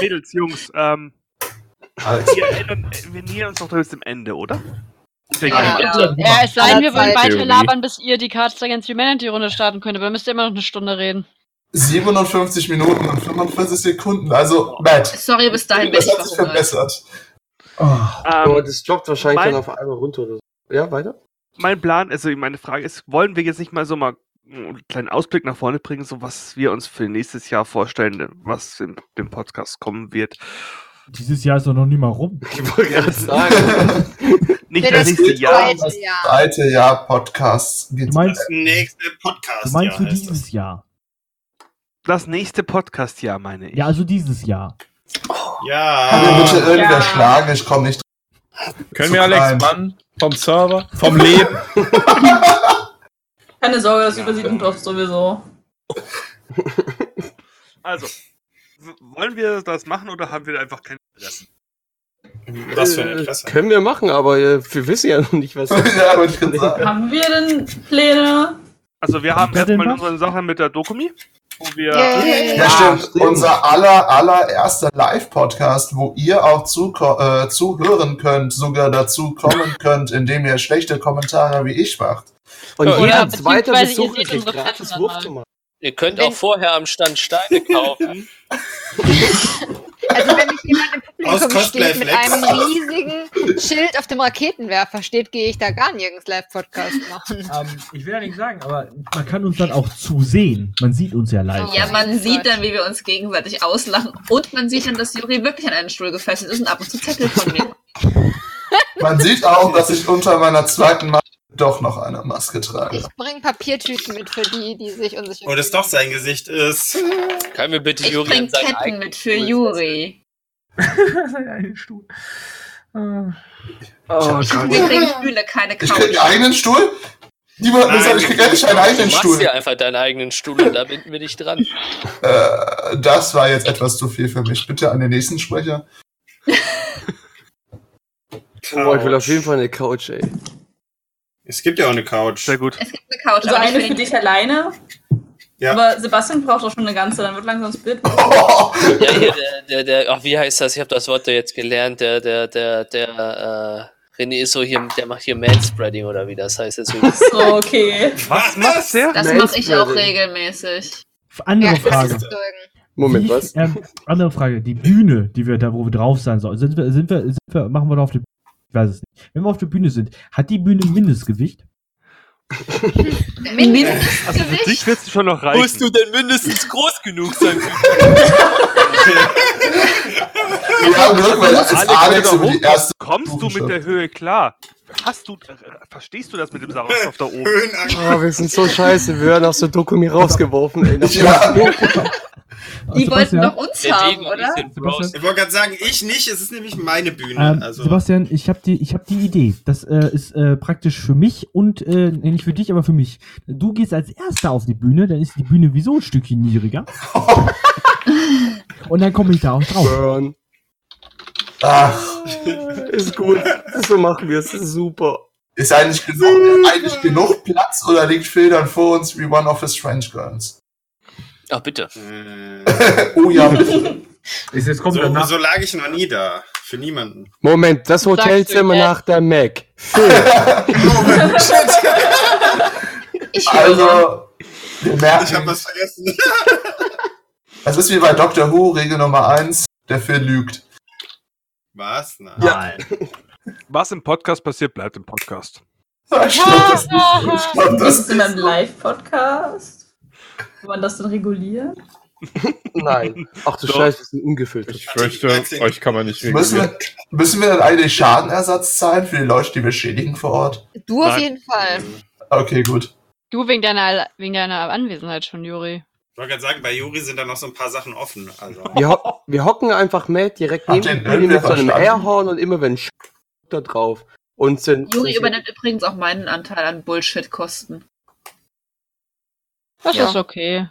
S2: Mädels, Jungs, ähm,
S4: Alex.
S2: wir, erinnern- wir nähern uns doch bis dem Ende, oder?
S8: Ja.
S3: Ja, es sei denn, wir wollen
S10: Allerzeit.
S3: weiter labern, bis ihr die Cards Against Humanity Runde starten könnt. Aber müsst ihr immer noch eine Stunde reden.
S4: 57 Minuten und 45 Sekunden. Also, Matt,
S8: Sorry, bis dahin bin
S4: das
S8: ich
S4: hat sich
S8: verhungert.
S4: verbessert.
S5: Oh,
S2: Ähm,
S5: das droppt wahrscheinlich
S2: mein-
S5: dann auf einmal runter oder so. Ja, weiter?
S2: mein Plan, also meine Frage ist, wollen wir jetzt nicht mal so mal einen kleinen Ausblick nach vorne bringen, so was wir uns für nächstes Jahr vorstellen, was in dem Podcast kommen wird.
S6: Dieses Jahr ist doch noch nie mal rum.
S5: Ich wollte gerade sagen.
S2: Nicht
S10: Für
S2: das
S10: das
S2: nächste Jahr.
S10: zweite Jahr.
S4: Alte Jahr Podcasts
S6: Du
S4: geht's
S6: meinst,
S1: Nächste
S6: du
S1: Podcast.
S6: meinst
S1: ja,
S6: für
S1: heißt das.
S6: dieses Jahr.
S2: Das nächste Podcast-Jahr, meine ich.
S6: Ja, also dieses Jahr.
S4: Kann mir bitte
S1: Ah. Ja.
S4: irgendwer schlagen? Ich komme nicht.
S9: Können
S4: Zu
S9: wir Alex
S4: klein.
S9: bannen? Vom Server? Vom Leben?
S11: Keine Sorge, das übersieht ein Dorf sowieso.
S2: Also, w- wollen wir das machen oder haben wir einfach kein Interesse?
S1: Was für ein
S5: Äh,
S1: Interesse.
S5: Können wir machen, aber äh, wir wissen ja noch nicht, was.
S4: ja, wollte ich gerade sagen.
S11: Haben wir denn Pläne?
S2: Also, wir haben
S6: Wer denn
S2: erstmal
S6: macht?
S2: unsere Sache mit der Dokumi, wo wir
S10: Yay.
S4: Ja, stimmt.
S5: stimmt.
S4: Unser aller, allererster Live-Podcast, wo ihr auch zu, äh, zuhören könnt, sogar dazu kommen könnt, indem ihr schlechte Kommentare wie ich macht.
S5: Und
S9: Ja,
S5: jeder
S3: oder
S5: zweite
S3: beziehungsweise ihr
S5: Besucher
S3: seht
S5: kriegt
S3: unsere Fresse
S5: gratis
S3: dann
S5: Wurftomaten.
S7: Ihr könnt auch vorher am Stand Steine kaufen.
S10: Also wenn mich jemand im
S1: Aus
S10: Publikum
S1: Cosplay
S10: steht mit
S1: Flex.
S10: einem riesigen Schild auf dem Raketenwerfer steht, gehe ich da gar nirgends Live-Podcast machen.
S6: Ähm, ich will ja nichts sagen, aber man kann uns dann auch zusehen. Man sieht uns ja live.
S8: Ja, man sieht dann, wie wir uns gegenseitig auslachen. Und man sieht dann, dass Juri wirklich an einen Stuhl gefesselt ist und ab und zu Zettel von mir.
S4: Man sieht auch, dass ich unter meiner zweiten Maske doch noch eine Maske trage.
S10: Ich bringe Papiertüten mit für die, die sich unsicher
S1: Und es doch sein Gesicht ist.
S7: Können wir bitte
S8: Ich
S7: Juri
S8: bring
S7: an seinen
S8: Ketten
S7: eigenen
S8: mit für
S7: Stuhl
S8: Juri.
S12: Sein eigenen Stuhl. Äh,
S4: Oh, ich
S8: Wir kriegen Stühle, keine
S4: ich krieg einen
S8: Couch.
S4: eigenen Stuhl? Niemand hat mir gesagt, ich krieg endlich einen eigenen
S7: du
S4: Stuhl.
S7: machst dir einfach deinen eigenen Stuhl und da binden wir dich dran.
S4: Äh, das war jetzt etwas zu viel für mich. Bitte an den nächsten Sprecher.
S5: Boah, ich will auf jeden Fall eine Couch, ey.
S1: Es gibt ja auch eine Couch. Sehr
S2: gut.
S11: Es
S8: gibt eine Couch.
S11: Also
S8: aber
S11: eine
S8: nicht
S11: für dich alleine.
S1: Ja.
S11: Aber Sebastian braucht doch schon eine ganze, dann wird langsam das Bild.
S7: Ja, hier, der, der, der, ach, wie heißt das? Ich habe das Wort da jetzt gelernt. Der, der, der, der, äh, René ist so hier, der macht hier Manspreading oder wie das heißt. Deswegen.
S11: So, okay.
S2: Was macht der?
S8: Das mache ich auch regelmäßig.
S6: Andere Frage.
S8: das ist
S5: Moment,
S6: Wie-
S5: was?
S6: Ähm, andere Frage. Die Bühne, die wir da, wo wir drauf sein sollen, sind wir, sind wir, sind wir machen wir da auf die Bühne? Ich weiß es nicht. Wenn wir auf der Bühne sind, hat die Bühne ein Mindestgewicht?
S8: Mindestens
S2: Also für dich wird es schon noch reichen.
S7: Musst du denn mindestens groß genug sein?
S4: Ja, wirklich, weil das ist
S2: Alex,
S4: Alex
S2: oder
S4: über die
S2: hoch-
S4: erste.
S2: Kommst du mit
S4: Stufe.
S2: der Höhe klar? Hast du, äh, verstehst du das mit dem Sauerstoff da oben?
S5: Oh, wir sind so scheiße. Wir werden aus der Dokumi rausgeworfen, ey. Das
S4: Ja. Äh,
S5: Also,
S8: Die wollten
S6: Sebastian?
S8: doch uns haben, oder?
S1: Ich wollte gerade sagen, ich nicht, es ist nämlich meine Bühne.
S6: Ähm,
S1: also,
S6: Sebastian, ich habe die, ich hab die Idee. Das äh, ist äh, praktisch für mich und äh, nee, nicht für dich, aber für mich. Du gehst als Erster auf die Bühne, dann ist die Bühne wieso ein Stückchen niedriger. und dann komme ich da auch drauf.
S5: Burn.
S4: Ach,
S9: Äh.
S5: Ist gut. So machen wir es. Super.
S4: ist eigentlich genug, eigentlich genug Platz oder liegt Phil dann vor uns wie One of his French Girls?
S7: Ach, bitte.
S4: Oh ja.
S12: Ist jetzt kommt
S1: Äh. so,
S12: danach.
S1: so lag ich noch nie da. Für niemanden.
S5: Moment, das
S3: Sagst du
S5: Hotelzimmer
S3: jetzt?
S5: nach der Mac. Phil.
S8: Ich
S4: Also, wir
S1: Ich habe
S4: merken,
S1: was vergessen.
S4: das ist wie bei Doctor Who, Regel Nummer eins: der Phil lügt.
S1: Was? Nein.
S2: Was im Podcast passiert, bleibt im Podcast.
S4: Ich glaub, das, ich glaub,
S11: Das
S4: das
S11: ist in einem Live-Podcast. Kann man das denn regulieren?
S5: Nein. Ach du
S2: Doch.
S5: Scheiße, das ist ein ungefiltert.
S9: Ich fürchte, euch kann man nicht
S4: müssen, wir, müssen wir dann eigentlich Schadenersatz zahlen für die Leute, die wir schädigen vor Ort?
S10: Du auf
S2: Nein.
S10: jeden Fall.
S4: Okay, gut.
S3: Du wegen deiner, wegen deiner Anwesenheit schon, Juri.
S1: Ich wollte gerade sagen, bei Juri sind da noch so ein paar Sachen offen. Also.
S5: Wir, ho wir hocken einfach Matt direkt
S4: Hat
S5: neben der
S4: den
S5: Bühne
S4: irgendwer
S5: mit so einem
S4: verstanden?
S5: Airhorn und immer wenn Sch da drauf. Und sind.
S8: Juri übernimmt übrigens auch meinen Anteil an Bullshit-Kosten.
S3: Das
S8: Ja.
S3: ist okay.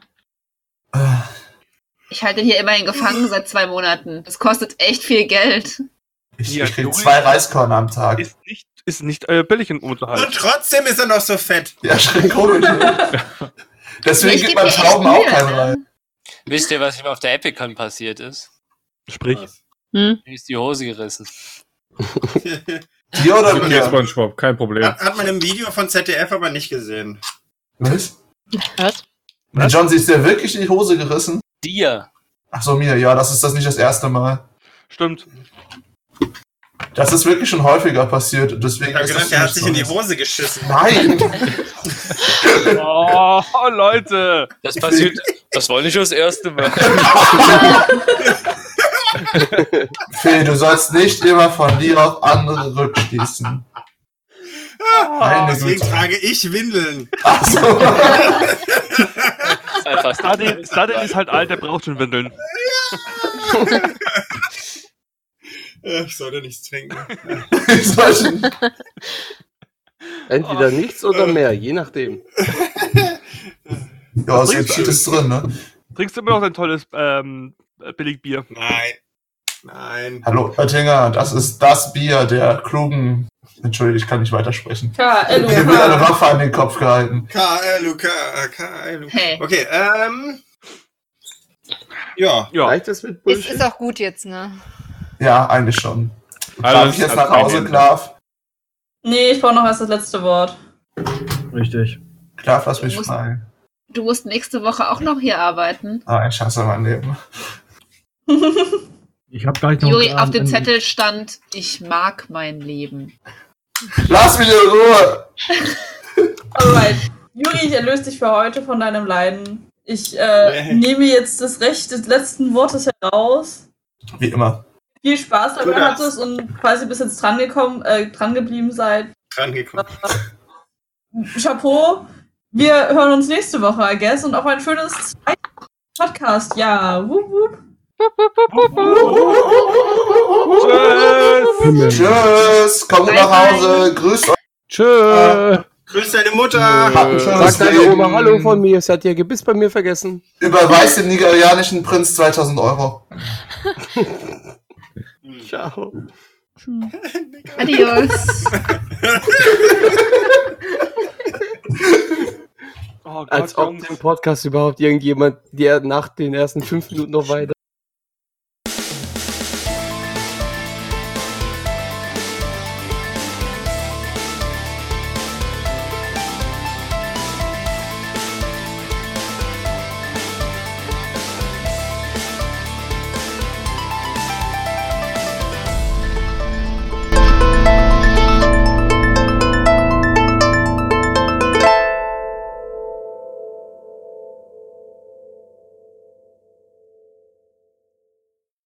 S8: Ich halte ihn hier immerhin gefangen seit zwei Monaten. Das kostet echt viel Geld.
S4: Ich,
S2: Ja,
S4: ich krieg
S2: Juri-
S4: zwei Reiskörner am Tag.
S2: Ist nicht, ist nicht euer billigen
S1: Und
S2: Unterhalt.
S1: trotzdem ist er noch so fett.
S4: Ja, schreck komisch. Deswegen
S8: Ich
S4: gibt
S8: geb
S4: man
S8: mir echt
S4: Tauben auch
S8: Mühe,
S4: keine
S8: ne?
S4: rein.
S7: Wisst ihr, was mir auf der Epicon passiert ist?
S2: Sprich.
S3: Hm?
S7: Mir ist die Hose gerissen.
S4: Dir oder
S9: Okay,
S4: mir?
S9: SpongeBob, kein Problem.
S1: Hat, hat man im Video von ZDF aber nicht gesehen.
S4: Was?
S3: Was?
S4: Der John, sie ist dir wirklich in die Hose gerissen?
S7: Dir.
S4: Ach so, mir, ja, das ist das nicht das erste Mal.
S2: Stimmt.
S4: Das ist wirklich schon häufiger passiert. und Deswegen
S1: Ich habe
S4: ist das
S1: gedacht, er genau, hat
S4: nichts
S1: sich in die
S4: Neues.
S1: Hose geschissen.
S4: Nein!
S2: Oh, Leute.
S7: Das passiert. Das war nicht das erste Mal.
S4: Phil, du sollst nicht immer von dir auf andere rückschließen. Meine
S1: Ah, Deswegen
S4: Güte.
S1: trage ich Windeln.
S4: Ach so.
S7: Einfach.
S2: Stadin, Stadin ist halt alt, der braucht schon Windeln.
S1: Ich sollte nichts trinken.
S4: Ich sollte-
S5: Entweder
S8: Oh.
S5: nichts oder mehr, je nachdem.
S4: ja, es ist alles drin, ne?
S2: Trinkst du immer noch dein tolles ähm, Billigbier?
S1: Nein. Nein.
S4: Hallo, Oettinger, das ist das Bier der klugen. Entschuldigt, ich kann nicht weitersprechen.
S11: KLU.
S4: Mir wird eine Waffe an den Kopf gehalten.
S1: K.L. Luca. K.L. Luca.
S8: Hey.
S1: Okay, ähm. Ja.
S2: Ja.
S5: Reicht das mit
S10: Ist,
S5: Bullshit?
S10: ist auch gut jetzt, ne?
S4: Ja, eigentlich schon. Darf
S9: Alles
S4: ich jetzt
S9: hat
S4: nach
S9: kein
S4: Hause,
S9: Ende.
S4: Klav?
S11: Nee, ich brauche noch erst das letzte Wort.
S12: Richtig.
S4: Klav, lass mich
S8: Muss-
S4: frei.
S8: Du musst nächste Woche auch noch hier arbeiten.
S4: Ah, ich hasse mein Leben.
S6: Ich habe gleich noch.
S8: Juri, auf
S6: ähm,
S8: dem
S6: ein-
S8: Zettel stand, ich mag mein Leben.
S4: Lass mich in Ruhe!
S11: Alright. Juri, ich erlöse dich für heute von deinem Leiden. Ich äh,
S1: Nee.
S11: nehme jetzt das Recht des letzten Wortes heraus.
S4: Wie immer.
S11: Viel Spaß dabei
S1: Du darfst.
S11: hattest und falls ihr bis jetzt dran, gekommen, äh, dran geblieben seid, Äh,
S1: Rangekommen.
S11: Chapeau. Wir hören uns nächste Woche, I guess, und auf ein schönes Podcast. Ja, wup, wup.
S2: Tschüss.
S4: Tschüss, komm gut nach
S8: Bye,
S1: äh,
S4: Hause, grüßt
S9: Tschö.
S1: Grüß deine Mutter.
S5: Äh, Sag deiner Oma Hallo von mir, sie hat ihr Gebiss bei mir vergessen.
S4: Überweist dem nigerianischen Prinz 2000 Euro.
S5: Ciao.
S8: Adios.
S2: Oh
S5: Als ob dem Podcast überhaupt irgendjemand, der nach den ersten fünf Minuten noch